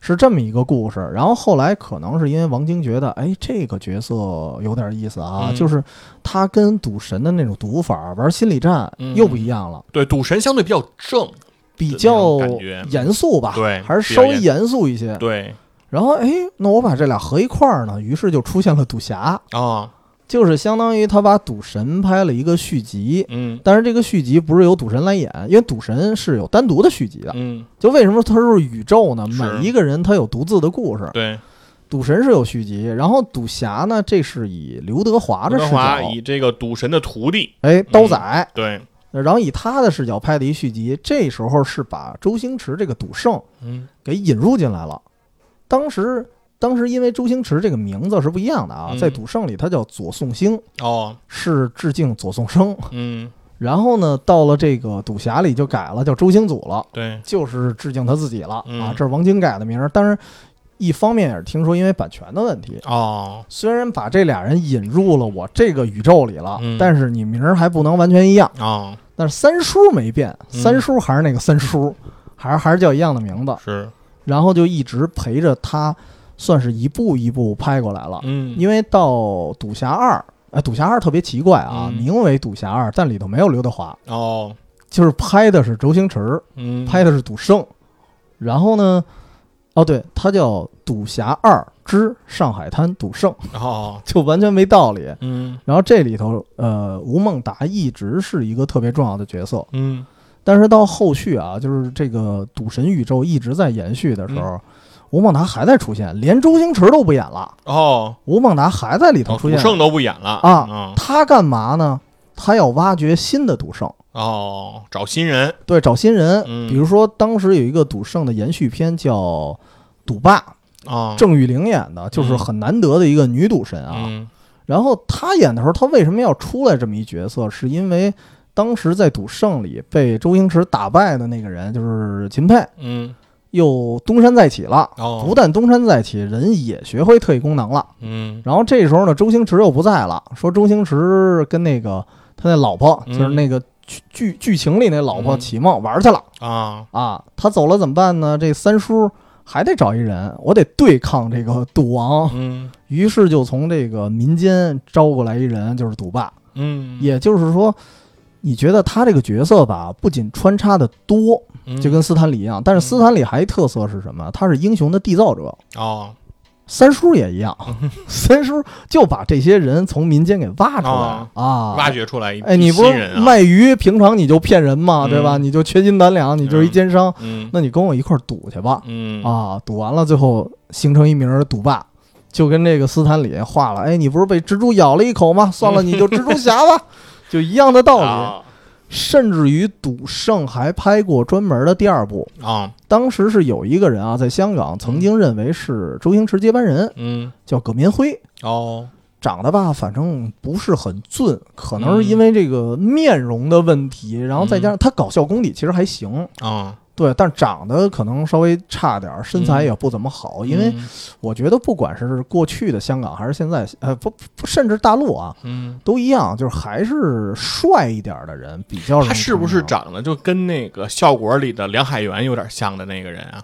Speaker 1: 是这么一个故事。然后后来可能是因为王晶觉得，哎，这个角色有点意思啊，
Speaker 2: 嗯
Speaker 1: 就是他跟赌神的那种赌法玩心理战
Speaker 2: 嗯
Speaker 1: 又不一样了，
Speaker 2: 对，赌神相对比较正，
Speaker 1: 比
Speaker 2: 那
Speaker 1: 较
Speaker 2: 种感觉
Speaker 1: 严肃吧，
Speaker 2: 对
Speaker 1: 还是
Speaker 2: 比
Speaker 1: 稍
Speaker 2: 较
Speaker 1: 微
Speaker 2: 严
Speaker 1: 严肃一些。
Speaker 2: 对
Speaker 1: 然后哎，那我把这俩合一块儿呢，于是就出现了赌侠，
Speaker 2: 啊，
Speaker 1: 就是相当于他把赌神拍了一个续集，
Speaker 2: 嗯
Speaker 1: 但是这个续集不是由赌神来演，因为赌神是有单独的续集的。
Speaker 2: 嗯
Speaker 1: 就为什么他是宇宙呢？
Speaker 2: 是
Speaker 1: 每一个人他有独自的故事。
Speaker 2: 对，
Speaker 1: 赌神是有续集，然后赌侠呢，这是以刘德华的
Speaker 2: 刘德
Speaker 1: 视
Speaker 2: 华
Speaker 1: 角，
Speaker 2: 以嗯这个赌神的徒弟，
Speaker 1: 哎，刀仔，
Speaker 2: 对，
Speaker 1: 然后以他的视角拍的一续集。这时候是把周星驰这个赌圣
Speaker 2: 嗯
Speaker 1: 给引入进来了。当时，当时因为周星驰这个名字是不一样的啊，
Speaker 2: 嗯
Speaker 1: 在赌圣里他叫左颂星，
Speaker 2: 哦，
Speaker 1: 是致敬左颂生。
Speaker 2: 嗯
Speaker 1: 然后呢，到了这个赌侠里就改了，叫周星祖了。
Speaker 2: 对，
Speaker 1: 就是致敬他自己了、
Speaker 2: 嗯
Speaker 1: 啊！这是王晶改的名儿，但是一方面也是听说因为版权的问题，
Speaker 2: 哦，
Speaker 1: 虽然把这俩人引入了我这个宇宙里了，
Speaker 2: 嗯
Speaker 1: 但是你名儿还不能完全一样。
Speaker 2: 哦，
Speaker 1: 但是三叔没变，
Speaker 2: 嗯
Speaker 1: 三叔还是那个三叔，还是还是叫一样的名字，
Speaker 2: 是，
Speaker 1: 然后就一直陪着他，算是一步一步拍过来了。
Speaker 2: 嗯
Speaker 1: 啊因为到赌侠二，哎，赌侠二特别奇怪啊，
Speaker 2: 嗯
Speaker 1: 名为赌侠二，但里头没有刘德华，
Speaker 2: 哦，
Speaker 1: 就是拍的是周星驰，
Speaker 2: 嗯，
Speaker 1: 拍的是赌圣，然后呢，哦对，它叫《赌侠二之上海滩赌圣》，
Speaker 2: 哦，
Speaker 1: 就完全没道理。
Speaker 2: 嗯
Speaker 1: 然后这里头，呃，吴孟达一直是一个特别重要的角色，
Speaker 2: 嗯
Speaker 1: 但是到后续啊，就是这个赌神宇宙一直在延续的时
Speaker 2: 嗯
Speaker 1: 候，吴孟达还在出现，连周星驰都不演了，
Speaker 2: 哦，
Speaker 1: 吴孟达还在里头
Speaker 2: 哦
Speaker 1: 出
Speaker 2: 赌
Speaker 1: 现。
Speaker 2: 圣都不演了
Speaker 1: 啊
Speaker 2: 嗯
Speaker 1: 他干嘛呢？他要挖掘新的赌圣，
Speaker 2: 哦，找新人，
Speaker 1: 对，找新人。
Speaker 2: 嗯
Speaker 1: 比如说，当时有一个赌圣的延续片叫《赌霸》，
Speaker 2: 啊，
Speaker 1: 郑裕玲演的，就是很难得的一个女赌神啊。
Speaker 2: 嗯
Speaker 1: 然后她演的时候，她为什么要出来这么一角色？是因为当时在《赌圣》里被周星驰打败的那个人就是秦沛，
Speaker 2: 嗯，
Speaker 1: 又东山再起了。
Speaker 2: 哦，
Speaker 1: 不但东山再起，人也学会特异功能了。
Speaker 2: 嗯
Speaker 1: 然后这时候呢，周星驰又不在了，说周星驰跟那个他那老婆，
Speaker 2: 嗯
Speaker 1: 就是那个剧剧剧情里那老婆
Speaker 2: 嗯
Speaker 1: 启梦玩去了
Speaker 2: 啊，
Speaker 1: 啊。他走了怎么办呢？这三叔还得找一人，我得对抗这个赌王。
Speaker 2: 嗯
Speaker 1: 于是就从这个民间招过来一人，就是赌霸。
Speaker 2: 嗯，
Speaker 1: 也就是说，你觉得他这个角色吧，不仅穿插的多，
Speaker 2: 嗯
Speaker 1: 就跟斯坦李一样，但是斯坦李还一特色是什么？他是英雄的缔造者。
Speaker 2: 哦
Speaker 1: 三叔也一样，
Speaker 2: 嗯
Speaker 1: 三叔就把这些人从民间给挖出来
Speaker 2: 哦
Speaker 1: 啊，
Speaker 2: 挖掘出来一
Speaker 1: 哎，你
Speaker 2: 批
Speaker 1: 不
Speaker 2: 新
Speaker 1: 是
Speaker 2: 人啊，
Speaker 1: 卖鱼，平常你就骗人嘛，
Speaker 2: 嗯
Speaker 1: 对吧？你就缺斤短两，你就是一奸商，
Speaker 2: 嗯
Speaker 1: 那你跟我一块儿赌去吧。
Speaker 2: 嗯
Speaker 1: 啊，赌完了，最后形成一名儿赌霸，就跟这个斯坦李画了。哎，你不是被蜘蛛咬了一口吗？ 算了，你就蜘蛛侠吧，就一样的道理。
Speaker 2: 啊
Speaker 1: 甚至于赌圣还拍过专门的第二部，
Speaker 2: 啊
Speaker 1: 当时是有一个人啊，在香港曾经认为是周星驰接班人，
Speaker 2: 嗯
Speaker 1: 叫葛民辉。
Speaker 2: 哦
Speaker 1: 长得吧，反正不是很俊，可能是因为这个面容的问题，然后再
Speaker 2: 嗯
Speaker 1: 加上他搞笑功底其实还行，
Speaker 2: 啊，
Speaker 1: 对，但长得可能稍微差点儿，身材也不怎么好。因为
Speaker 2: 嗯
Speaker 1: 我觉得不管是过去的香港还是现在，呃，不不，甚至大陆啊，
Speaker 2: 嗯。
Speaker 1: 都一样，就是还是帅一点儿的人比较容易
Speaker 2: 他是不是
Speaker 1: 成长
Speaker 2: 长得就跟那个效果里的梁海源有点像的那个人啊？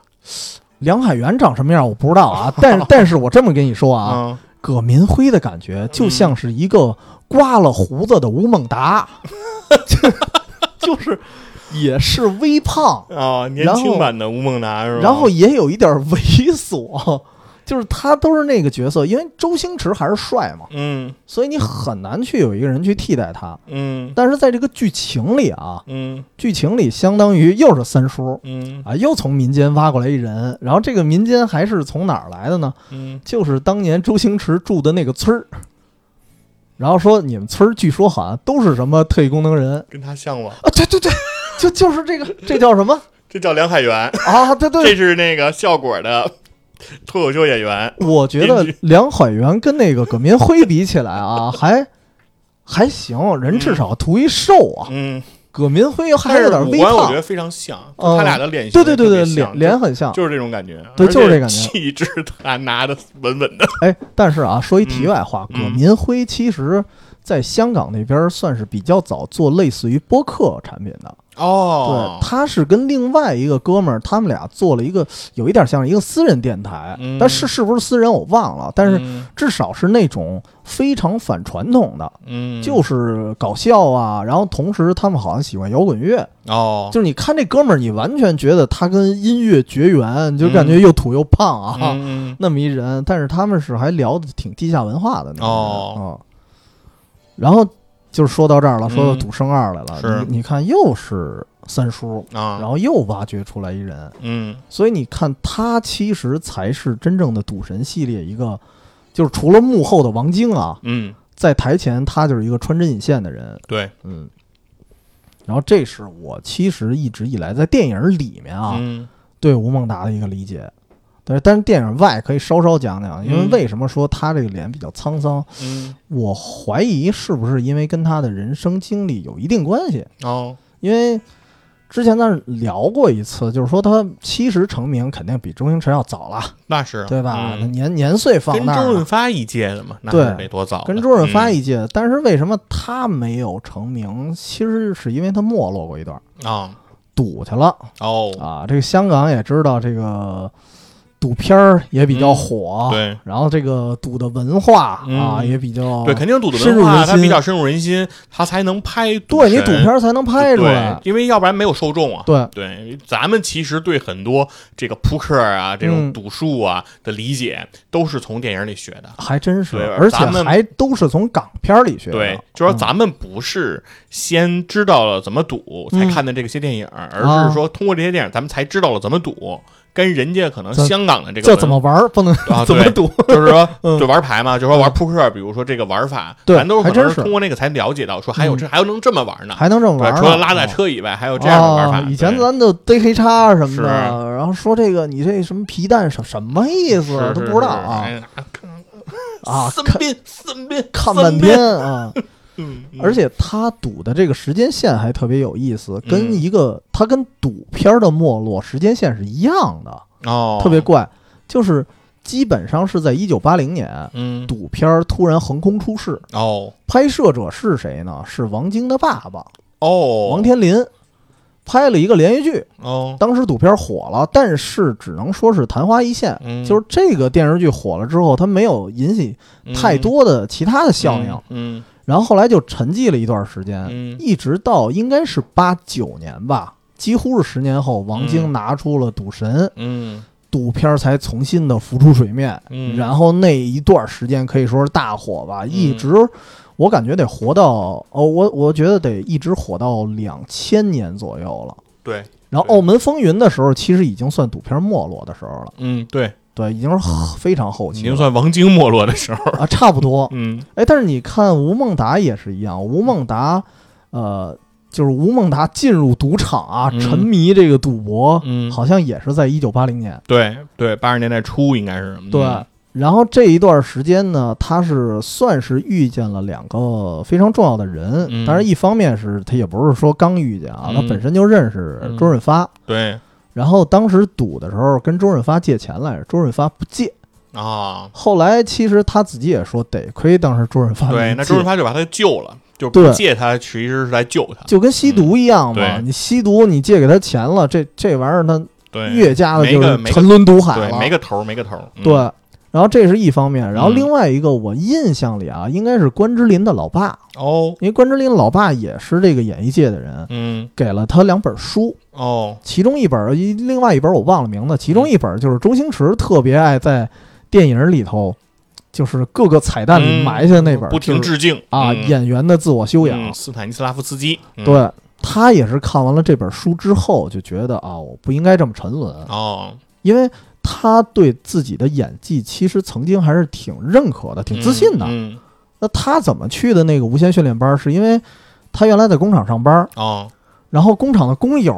Speaker 1: 梁海源长什么样我不知道啊，但 是但是我这么跟你说啊，
Speaker 2: 啊，
Speaker 1: 葛民辉的感
Speaker 2: 嗯
Speaker 1: 觉就像是一个刮了胡子的吴孟达， 就是也是微胖，
Speaker 2: 哦，年
Speaker 1: 然后
Speaker 2: 轻版的吴孟达是吧？
Speaker 1: 然后也有一点猥琐，就是他都是那个角色，因为周星驰还是帅嘛，
Speaker 2: 嗯
Speaker 1: 所以你很难去有一个人去替代他。
Speaker 2: 嗯
Speaker 1: 但是在这个剧情里啊，
Speaker 2: 嗯
Speaker 1: 剧情里相当于又是三叔
Speaker 2: 嗯
Speaker 1: 啊，又从民间挖过来一人，然后这个民间还是从哪儿来的呢？
Speaker 2: 嗯
Speaker 1: 就是当年周星驰住的那个村儿。然后说你们村儿据说好像都是什么特异功能人
Speaker 2: 跟他像吗？
Speaker 1: 啊？对对对，就就是这个，这叫什么
Speaker 2: 这叫梁海源，
Speaker 1: 啊？对对，
Speaker 2: 这是那个效果的脱口秀演员。
Speaker 1: 我觉得梁海源跟那个葛民辉比起来啊，还还行，人至少图一瘦啊。
Speaker 2: 嗯，
Speaker 1: 葛民辉还
Speaker 2: 但
Speaker 1: 有
Speaker 2: 是
Speaker 1: 点
Speaker 2: 五
Speaker 1: 微
Speaker 2: 官我觉
Speaker 1: 胖
Speaker 2: 得，非常像，
Speaker 1: 嗯
Speaker 2: 他俩的脸型
Speaker 1: 对对对对，脸脸
Speaker 2: 很
Speaker 1: 很像。
Speaker 2: 就是这种感觉，
Speaker 1: 对
Speaker 2: 而且
Speaker 1: 就是这感觉
Speaker 2: 气质他拿的稳稳的。
Speaker 1: 哎，但是啊，说一题外话，
Speaker 2: 嗯
Speaker 1: 葛民辉其实在香港那边算是比较早做类似于播客产品的。
Speaker 2: 哦
Speaker 1: 对，，他是跟另外一个哥们儿，他们俩做了一个有一点像一个私人电台
Speaker 2: 嗯，
Speaker 1: 但是是不是私人我忘了，但是
Speaker 2: 嗯
Speaker 1: 至少是那种非常反传统的。
Speaker 2: 嗯，
Speaker 1: 就是搞笑啊，然后同时他们好像喜欢摇滚乐，
Speaker 2: 哦，
Speaker 1: 就是你看这哥们儿，你完全觉得他跟音乐绝缘，你就感觉又土又胖啊，
Speaker 2: 嗯
Speaker 1: 那么一人，但是他们是还聊的挺地下文化的那种人
Speaker 2: 哦
Speaker 1: 嗯然后就是说到这儿了，
Speaker 2: 嗯
Speaker 1: 说到赌圣二来了，
Speaker 2: 是
Speaker 1: 你你看又是三叔，
Speaker 2: 嗯啊，
Speaker 1: 然后又挖掘出来一人，
Speaker 2: 嗯
Speaker 1: 所以你看他其实才是真正的赌神系列一个，就是除了幕后的王晶啊，
Speaker 2: 嗯，
Speaker 1: 在台前他就是一个穿针引线的人，
Speaker 2: 对
Speaker 1: 嗯。然后这是我其实一直以来在电影里面啊、
Speaker 2: 嗯
Speaker 1: 对吴孟达的一个理解，但是但是电影外可以稍稍讲讲，因为
Speaker 2: 嗯
Speaker 1: 为什么说他这个脸比较沧桑，
Speaker 2: 嗯
Speaker 1: 我怀疑是不是因为跟他的人生经历有一定关系，
Speaker 2: 哦，
Speaker 1: 因为。之前咱聊过一次，就是说他其实成名肯定比周星驰要早了，
Speaker 2: 那是
Speaker 1: 对吧？
Speaker 2: 嗯
Speaker 1: 年年岁放
Speaker 2: 跟
Speaker 1: 那儿
Speaker 2: 周
Speaker 1: 了
Speaker 2: 润发一届的嘛，那
Speaker 1: 对
Speaker 2: 是得多早的，
Speaker 1: 跟周润发
Speaker 2: 嗯
Speaker 1: 一届，但是为什么他没有成名？其实是因为他没落过一段，
Speaker 2: 啊
Speaker 1: 赌去了
Speaker 2: 哦，
Speaker 1: 啊。这个香港也知道，这个赌片儿也比较火，
Speaker 2: 嗯对。
Speaker 1: 然后这个赌的文化、啊
Speaker 2: 嗯
Speaker 1: 也比较
Speaker 2: 对，肯定赌的
Speaker 1: 深入
Speaker 2: 文化，
Speaker 1: 人
Speaker 2: 它比
Speaker 1: 心
Speaker 2: 较深入人心，它才能拍赌
Speaker 1: 对你
Speaker 2: 神
Speaker 1: 赌片儿才能拍出来
Speaker 2: 对，。因为要不然没有受众啊。
Speaker 1: 对
Speaker 2: 对，咱们其实对很多这个扑克啊、这
Speaker 1: 嗯
Speaker 2: 种赌术啊的理解，都是从电影里学的。
Speaker 1: 还真是，
Speaker 2: 对
Speaker 1: 而且
Speaker 2: 咱们
Speaker 1: 还都是从港片儿里学的。
Speaker 2: 对，就说
Speaker 1: 嗯
Speaker 2: 咱们不是先知道了怎么赌才
Speaker 1: 嗯
Speaker 2: 看的这些电影，而
Speaker 1: 啊
Speaker 2: 是说通过这些电影，咱们才知道了怎么赌，跟人家可能
Speaker 1: 怎
Speaker 2: 香港的这个
Speaker 1: 这
Speaker 2: 文
Speaker 1: 怎么玩儿不能、
Speaker 2: 啊
Speaker 1: 怎么
Speaker 2: 对
Speaker 1: 赌？
Speaker 2: 就是说
Speaker 1: 嗯
Speaker 2: 就玩牌嘛，就说玩扑克，比如说这个玩法，
Speaker 1: 对
Speaker 2: 咱都
Speaker 1: 还
Speaker 2: 可
Speaker 1: 真
Speaker 2: 能
Speaker 1: 是嗯
Speaker 2: 通过那个才了解到，说还有这还有能这么玩呢，
Speaker 1: 还能这么玩
Speaker 2: 啊对，
Speaker 1: 儿呢？
Speaker 2: 除了拉大
Speaker 1: 哦
Speaker 2: 车以外，还有这样的玩
Speaker 1: 啊
Speaker 2: 法。
Speaker 1: 以前
Speaker 2: 对
Speaker 1: 咱就逮黑叉啊什么
Speaker 2: 是
Speaker 1: 的，然后说这个你这什么皮蛋什什么意
Speaker 2: 是
Speaker 1: 思
Speaker 2: 是
Speaker 1: 都不
Speaker 2: 是
Speaker 1: 知道啊
Speaker 2: 哎呀
Speaker 1: 啊！
Speaker 2: 森
Speaker 1: 看
Speaker 2: 斌，森斌，
Speaker 1: 看
Speaker 2: 森
Speaker 1: 半
Speaker 2: 斌
Speaker 1: 天，啊！
Speaker 2: 嗯，嗯
Speaker 1: 而且他赌的这个时间线还特别有意思，跟
Speaker 2: 嗯
Speaker 1: 一个他跟赌片儿的没落时间线是一样的，
Speaker 2: 哦，
Speaker 1: 特别怪，就是基本上是在一九八零年
Speaker 2: 嗯
Speaker 1: 赌片儿突然横空出世。
Speaker 2: 哦
Speaker 1: 拍摄者是谁呢？是王晶的爸爸
Speaker 2: 哦，
Speaker 1: 王天林，拍了一个连续剧，
Speaker 2: 哦，
Speaker 1: 当时赌片火了，但是只能说是昙花一现。
Speaker 2: 嗯
Speaker 1: 就是这个电视剧火了之后，它没有引起太多的其他的效应。
Speaker 2: 嗯嗯嗯
Speaker 1: 然后后来就沉寂了一段时间，
Speaker 2: 嗯
Speaker 1: 一直到应该是八九年吧，几乎是十年后，王晶
Speaker 2: 嗯
Speaker 1: 拿出了《赌神》
Speaker 2: 嗯
Speaker 1: 赌片儿才重新的浮出水面。
Speaker 2: 嗯，
Speaker 1: 然后那一段时间可以说是大火吧，一直我感觉得活到哦，我我觉得得一直火到两千年左右了。
Speaker 2: 对，
Speaker 1: 然后《
Speaker 2: 对
Speaker 1: 澳门风云》的时候，其实已经算赌片没落的时候了，
Speaker 2: 嗯对，
Speaker 1: 对，已经是非常后
Speaker 2: 已
Speaker 1: 期
Speaker 2: 经
Speaker 1: 了
Speaker 2: 算王晶没落的时 候，
Speaker 1: 啊，差不多。
Speaker 2: 嗯
Speaker 1: 哎，但是你看吴孟达也是一样，吴孟达，呃，就是吴孟达进入赌场啊，
Speaker 2: 嗯
Speaker 1: 沉迷这个赌博，
Speaker 2: 嗯，
Speaker 1: 好像也是在一九八零年。
Speaker 2: 对对，八十年代初应该是嗯
Speaker 1: 对，然后这一段时间呢，他是算是遇见了两个非常重要的人，
Speaker 2: 嗯
Speaker 1: 当然一方面是他也不是说刚遇见啊，
Speaker 2: 嗯
Speaker 1: 他本身就认识周润发，
Speaker 2: 对
Speaker 1: 然后当时赌的时候跟周润发借钱来着，周润发不借。
Speaker 2: 啊，
Speaker 1: 后来其实他自己也说，得亏当时周润发
Speaker 2: 对，
Speaker 1: 没
Speaker 2: 那周润
Speaker 1: 借
Speaker 2: 发就把他救了，就
Speaker 1: 对
Speaker 2: 不借他，其实是在救他，
Speaker 1: 就跟吸毒一样嘛，
Speaker 2: 嗯对
Speaker 1: 你吸毒你借给他钱了，这这玩意儿他
Speaker 2: 对，
Speaker 1: 越加的就
Speaker 2: 没个
Speaker 1: 是
Speaker 2: 没个
Speaker 1: 沉沦毒海了，
Speaker 2: 对没个头儿没个头儿，嗯
Speaker 1: 对，然后这是一方面，然后
Speaker 2: 嗯
Speaker 1: 另外一个我印象里啊，应该是关之琳的老爸，
Speaker 2: 哦，
Speaker 1: 因为关之琳老爸也是这个演艺界的人，
Speaker 2: 嗯
Speaker 1: 给了他两本书，
Speaker 2: 哦，
Speaker 1: 其中一本一另外一本我忘了名字，
Speaker 2: 嗯
Speaker 1: 其中一本就是周星驰特别爱在电影里头，就是各个彩蛋里
Speaker 2: 嗯
Speaker 1: 埋下那本，
Speaker 2: 不停
Speaker 1: 就是
Speaker 2: 致敬
Speaker 1: 啊
Speaker 2: 嗯
Speaker 1: 演员的自我修养，
Speaker 2: 嗯斯坦尼斯拉夫斯基，嗯，
Speaker 1: 对。啊他也是看完了这本书之后，就觉得啊，我不应该这么沉沦，
Speaker 2: 哦，
Speaker 1: 因为他对自己的演技其实曾经还是挺认可的，挺自信的。
Speaker 2: 嗯，嗯
Speaker 1: 那他怎么去的那个无线训练班儿？是因为他原来在工厂上班，
Speaker 2: 哦，
Speaker 1: 然后工厂的工友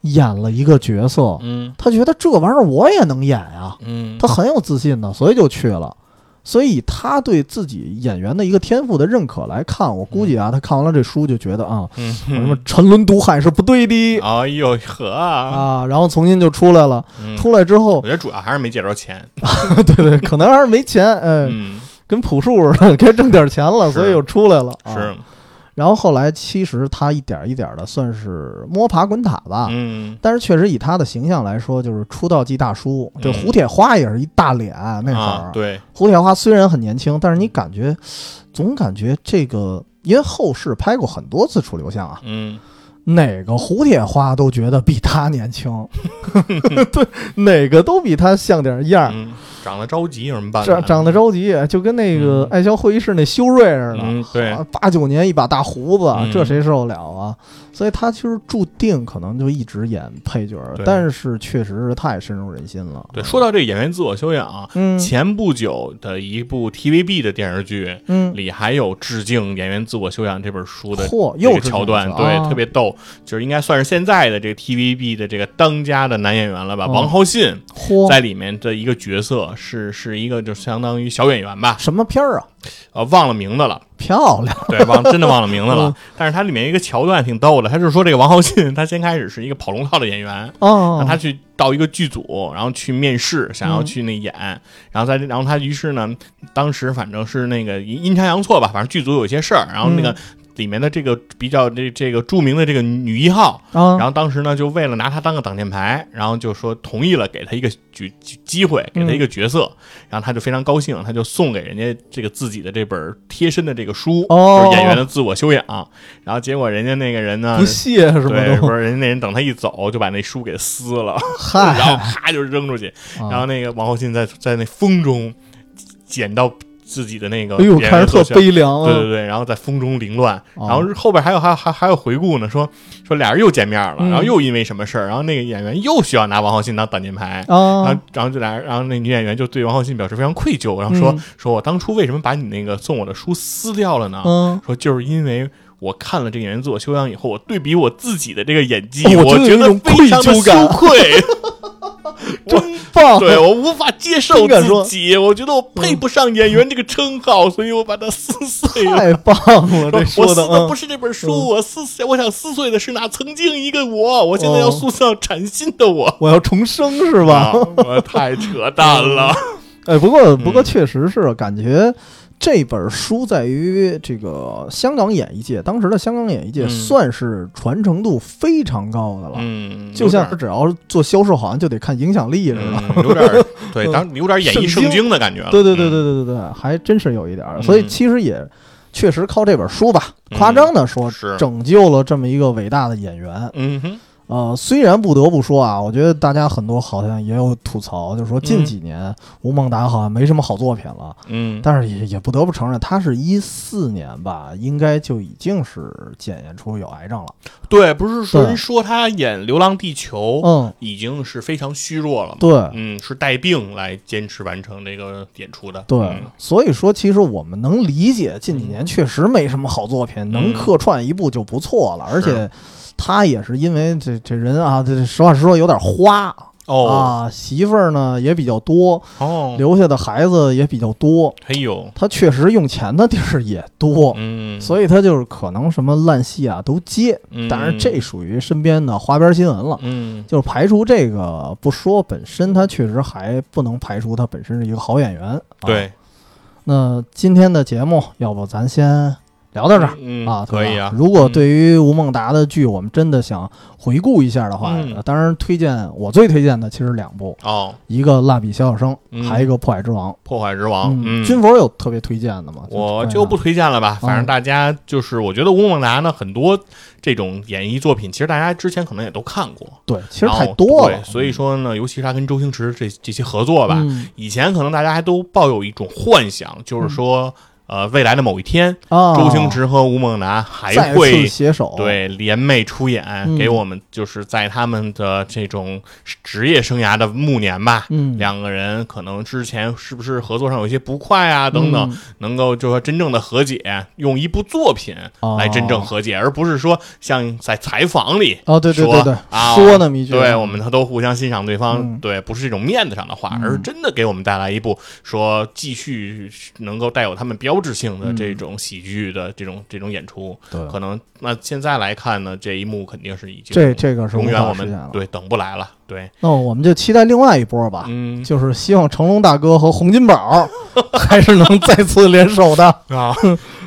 Speaker 1: 演了一个角色，
Speaker 2: 嗯
Speaker 1: 他觉得这玩意儿我也能演呀，
Speaker 2: 嗯，
Speaker 1: 他很有自信的，所以就去了。所以以他对自己演员的一个天赋的认可来看，我估计啊，他看完了这书就觉得啊，
Speaker 2: 嗯
Speaker 1: 我什么沉沦毒海是不对的
Speaker 2: 哎呦呵啊，
Speaker 1: 啊，然后重新就出来了。
Speaker 2: 嗯
Speaker 1: 出来之后
Speaker 2: 我，觉得主要还是没借着钱，
Speaker 1: 对 对，可能还是没钱，哎，
Speaker 2: 嗯，
Speaker 1: 跟朴树似的，该挣点钱了，
Speaker 2: 是
Speaker 1: 所以又出来了。啊
Speaker 2: 是，
Speaker 1: 然后后来其实他一点一点的算是摸爬滚打吧，
Speaker 2: 嗯，
Speaker 1: 但是确实以他的形象来说，就是出道即大叔。这
Speaker 2: 嗯
Speaker 1: 胡铁花也是一大脸，那会儿、
Speaker 2: 啊，对，
Speaker 1: 胡铁花虽然很年轻，但是你感觉总感觉这个，因为后世拍过很多次楚留香啊，
Speaker 2: 嗯，
Speaker 1: 哪个胡铁花都觉得比他年 轻，对，哪个都比他像点样儿。
Speaker 2: 嗯，长得着急有什么办法？
Speaker 1: 长长得着急，就跟那个
Speaker 2: 啊嗯
Speaker 1: 爱笑会议室那修睿似的，
Speaker 2: 嗯对
Speaker 1: 好八九年一把大胡子，
Speaker 2: 嗯
Speaker 1: 这谁受得了啊？所以他其实注定可能就一直演配角，
Speaker 2: 对
Speaker 1: 但是确实是太深入人心了。
Speaker 2: 对，说到这演员自我修养啊，
Speaker 1: 嗯
Speaker 2: 前不久的一部 TVB 的电视剧
Speaker 1: 嗯，
Speaker 2: 里还有致敬《演员自我修养》这本书的
Speaker 1: 嚯，
Speaker 2: 这
Speaker 1: 又
Speaker 2: 个
Speaker 1: 是
Speaker 2: 桥段，
Speaker 1: 这样子
Speaker 2: 对，
Speaker 1: 啊
Speaker 2: 特别逗，就是应该算是现在的这个 TVB 的这个当家的男演员了吧？
Speaker 1: 哦
Speaker 2: 王浩信
Speaker 1: 嚯，
Speaker 2: 在里面的一个角色是是一个就相当于小演员吧，
Speaker 1: 什么片儿啊？
Speaker 2: 呃，忘了名字了，
Speaker 1: 漂亮，
Speaker 2: 对，忘真的忘了名字了。但是它里面一个桥段挺逗的，他是说这个王浩信他先开始是一个跑龙套的演员，
Speaker 1: 啊！
Speaker 2: 让他去到一个剧组，然后去面
Speaker 1: 嗯
Speaker 2: 试，想要去那演，然后在然后他于是呢，当时反正是那个阴阴差阳错吧，反正剧组有一些事儿，然后
Speaker 1: 嗯
Speaker 2: 那个。里面的这个比较这这个著名的这个女一号，
Speaker 1: 啊，
Speaker 2: 然后当时呢就为了拿她当个挡箭牌，然后就说同意了给她一个举机会，
Speaker 1: 嗯
Speaker 2: 给她一个角色，然后他就非常高兴，他就送给人家这个自己的这本贴身的这个书，
Speaker 1: 哦
Speaker 2: 就是演员的自我修养，然后结果人家那个人呢
Speaker 1: 不。屑什
Speaker 2: 对，
Speaker 1: 么
Speaker 2: 不
Speaker 1: 都
Speaker 2: 是人家那人等他一走，就把那书给撕了，然
Speaker 1: 嗨，
Speaker 2: 后啪就扔出去。然后
Speaker 1: 啊
Speaker 2: 那个王浩信在在那风中捡到自己的那个
Speaker 1: 哎呦，
Speaker 2: 演
Speaker 1: 看着
Speaker 2: 员
Speaker 1: 特
Speaker 2: 作像，
Speaker 1: 悲凉
Speaker 2: 对
Speaker 1: 啊！
Speaker 2: 对对，然后在风中凌乱，
Speaker 1: 哦
Speaker 2: 然后后边还有还有还还有回顾呢，说说俩人又见面了，
Speaker 1: 嗯
Speaker 2: 然后又因为什么事儿，然后那个演员又需要拿王浩信当挡箭牌。然
Speaker 1: 啊
Speaker 2: 后，，然后就俩人，然后那女演员就对王浩信表示非常愧疚，然后说：“
Speaker 1: 嗯
Speaker 2: 说我当初为什么把你那个送我的书撕掉了呢？
Speaker 1: 嗯，
Speaker 2: 说就是因为我看了这个演员自我修养以后，我对比我自己的这个演技，
Speaker 1: 哦我
Speaker 2: 我
Speaker 1: 就有一
Speaker 2: 觉得
Speaker 1: 种愧
Speaker 2: 非常的
Speaker 1: 疚感
Speaker 2: 羞愧， 我
Speaker 1: 真棒！
Speaker 2: 对我无法接受
Speaker 1: 真敢说
Speaker 2: 自己，我觉得我配不上演员这个称号，所以我把它撕碎了。”
Speaker 1: 太棒了，这
Speaker 2: 说
Speaker 1: 说
Speaker 2: 我撕
Speaker 1: 的
Speaker 2: 的不
Speaker 1: 嗯，
Speaker 2: 是这本书，
Speaker 1: 嗯
Speaker 2: 我撕碎，我想撕碎的是那曾经一个我，我现在
Speaker 1: 哦
Speaker 2: 要塑造崭新的我，
Speaker 1: 我要重生是吧？
Speaker 2: 啊我太扯淡 了。
Speaker 1: 哎，不过不
Speaker 2: 嗯
Speaker 1: 过确实是感觉这本书在于这个香港演艺界，当时的香港演艺界
Speaker 2: 嗯
Speaker 1: 算是传承度非常高的了。
Speaker 2: 嗯，
Speaker 1: 就像是只要做销售，好像就得看影响力似
Speaker 2: 有点
Speaker 1: 的。
Speaker 2: 儿，嗯有点儿对，
Speaker 1: 嗯
Speaker 2: 当有点儿演绎
Speaker 1: 圣经
Speaker 2: 圣经的感觉了。
Speaker 1: 对对对
Speaker 2: 嗯，
Speaker 1: 对对对对，还真是有一点儿。所以
Speaker 2: 嗯
Speaker 1: 其实也确实靠这本书吧，夸张的说，
Speaker 2: 是
Speaker 1: 拯救了这么一个伟大的演员。
Speaker 2: 嗯哼，
Speaker 1: 呃，虽然不得不说啊，我觉得大家很多好像也有吐槽，就是说近
Speaker 2: 嗯
Speaker 1: 几年吴孟达好像没什么好作品了，
Speaker 2: 嗯，
Speaker 1: 但是也也不得不承认，他是一四年吧，应该就已经是检验出有癌症了。
Speaker 2: 对，不是说
Speaker 1: 对
Speaker 2: 人说他演《流浪地球》
Speaker 1: 嗯，
Speaker 2: 已经是非常虚弱了嘛？
Speaker 1: 对
Speaker 2: 哦嗯，是带病来坚持完成这个演出的。
Speaker 1: 对
Speaker 2: 嗯，
Speaker 1: 所以说其实我们能理解，近几年确实没什么好作品，
Speaker 2: 嗯
Speaker 1: 能客串一部就不错了，而且。他也是因为这这人啊，这实话实说有点花、
Speaker 2: 哦
Speaker 1: 啊，媳妇儿呢也比较多，
Speaker 2: 哦，
Speaker 1: 留下的孩子也比较多，
Speaker 2: 哎呦，
Speaker 1: 他确实用钱的地儿也多，
Speaker 2: 嗯，以
Speaker 1: 所以他就是可能什么烂戏啊都接，但是这属于身边的花边新闻了。
Speaker 2: 嗯
Speaker 1: 就是排除这个不说，本身他确实还不能排除他本身是一个好演员。啊、，
Speaker 2: 对
Speaker 1: 那今天的节目，要不咱先聊到这儿。
Speaker 2: 嗯
Speaker 1: 啊，
Speaker 2: 可以
Speaker 1: 对吧
Speaker 2: 啊。
Speaker 1: 如果对于吴孟达的剧，我们真的想回顾一下的话，呃
Speaker 2: 嗯
Speaker 1: 当然推荐我最推荐的其实两部，
Speaker 2: 哦，
Speaker 1: 一个《蜡笔小小生》，
Speaker 2: 嗯
Speaker 1: 还有一个《破海之王》。
Speaker 2: 破坏之王，嗯，
Speaker 1: 军嗯佛有特别推荐的吗？
Speaker 2: 我
Speaker 1: 推
Speaker 2: 就不
Speaker 1: 荐
Speaker 2: 推荐了吧，反正大家就是，我觉得吴孟达呢，很多这种演艺作品，其实大家之前可能也都看过，
Speaker 1: 对，其实
Speaker 2: 然
Speaker 1: 太
Speaker 2: 后
Speaker 1: 多
Speaker 2: 哦对
Speaker 1: 了，
Speaker 2: 所以说呢，尤其是他跟周星驰这这些合作吧，
Speaker 1: 嗯
Speaker 2: 以前可能大家还都抱有一种幻想，就是说，呃，未来的某一天，
Speaker 1: 啊，
Speaker 2: 周星驰和吴孟达还
Speaker 1: 再次嗯
Speaker 2: 会
Speaker 1: 携手，
Speaker 2: 对联袂出演，给我们就是在他们的这种职业生涯的暮年吧。
Speaker 1: 嗯，
Speaker 2: 两个人可能之前是不是合作上有一些不快啊等等，
Speaker 1: 嗯
Speaker 2: 能够就说真正的和解，用一部作品
Speaker 1: 哦嗯
Speaker 2: 来真正和解，而不是说像在采访里
Speaker 1: 哦，对对对
Speaker 2: 说
Speaker 1: 对，
Speaker 2: 啊
Speaker 1: 说那么一句，
Speaker 2: 对我们都互相欣赏对方，
Speaker 1: 嗯
Speaker 2: 对，不是这种面子上的话，而是真的给我们带来一部说继续能够带有他们标志性
Speaker 1: 嗯
Speaker 2: 的这种喜剧的这种、这种演出。
Speaker 1: 对
Speaker 2: 可能那现在来看呢，这一幕肯定是已经
Speaker 1: 这这个是无
Speaker 2: 永远
Speaker 1: 法
Speaker 2: 我
Speaker 1: 实现
Speaker 2: 们
Speaker 1: 了。
Speaker 2: 对等不来了，对，
Speaker 1: 那我们就期待另外一波吧，
Speaker 2: 嗯
Speaker 1: 就是希望成龙大哥和洪金宝 还是能再次联手的，
Speaker 2: 啊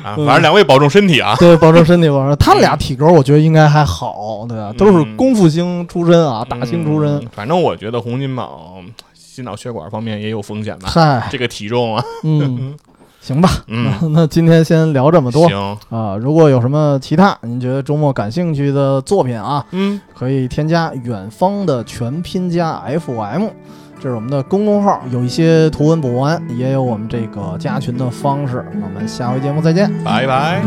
Speaker 2: 啊，反正两位保重身体啊，
Speaker 1: 对，保重身体，保重。他们俩体格我觉得应该还好，对吧？啊都是
Speaker 2: 嗯
Speaker 1: 功夫星出身啊，大星出身
Speaker 2: 嗯。反正我觉得洪金宝心脑血管方面也有风 险吧，
Speaker 1: 嗨，
Speaker 2: 这个体重啊，
Speaker 1: 嗯，行吧，
Speaker 2: 嗯，
Speaker 1: 那那今天先聊这么多
Speaker 2: 行，
Speaker 1: 啊。如果有什么其他您觉得周末感兴趣的作品啊，
Speaker 2: 嗯，
Speaker 1: 可以添加远方的全拼加 FM，这是我们的公众号，有一些图文补完，也有我们这个加群的方式。我们下回节目再见。
Speaker 2: 拜拜。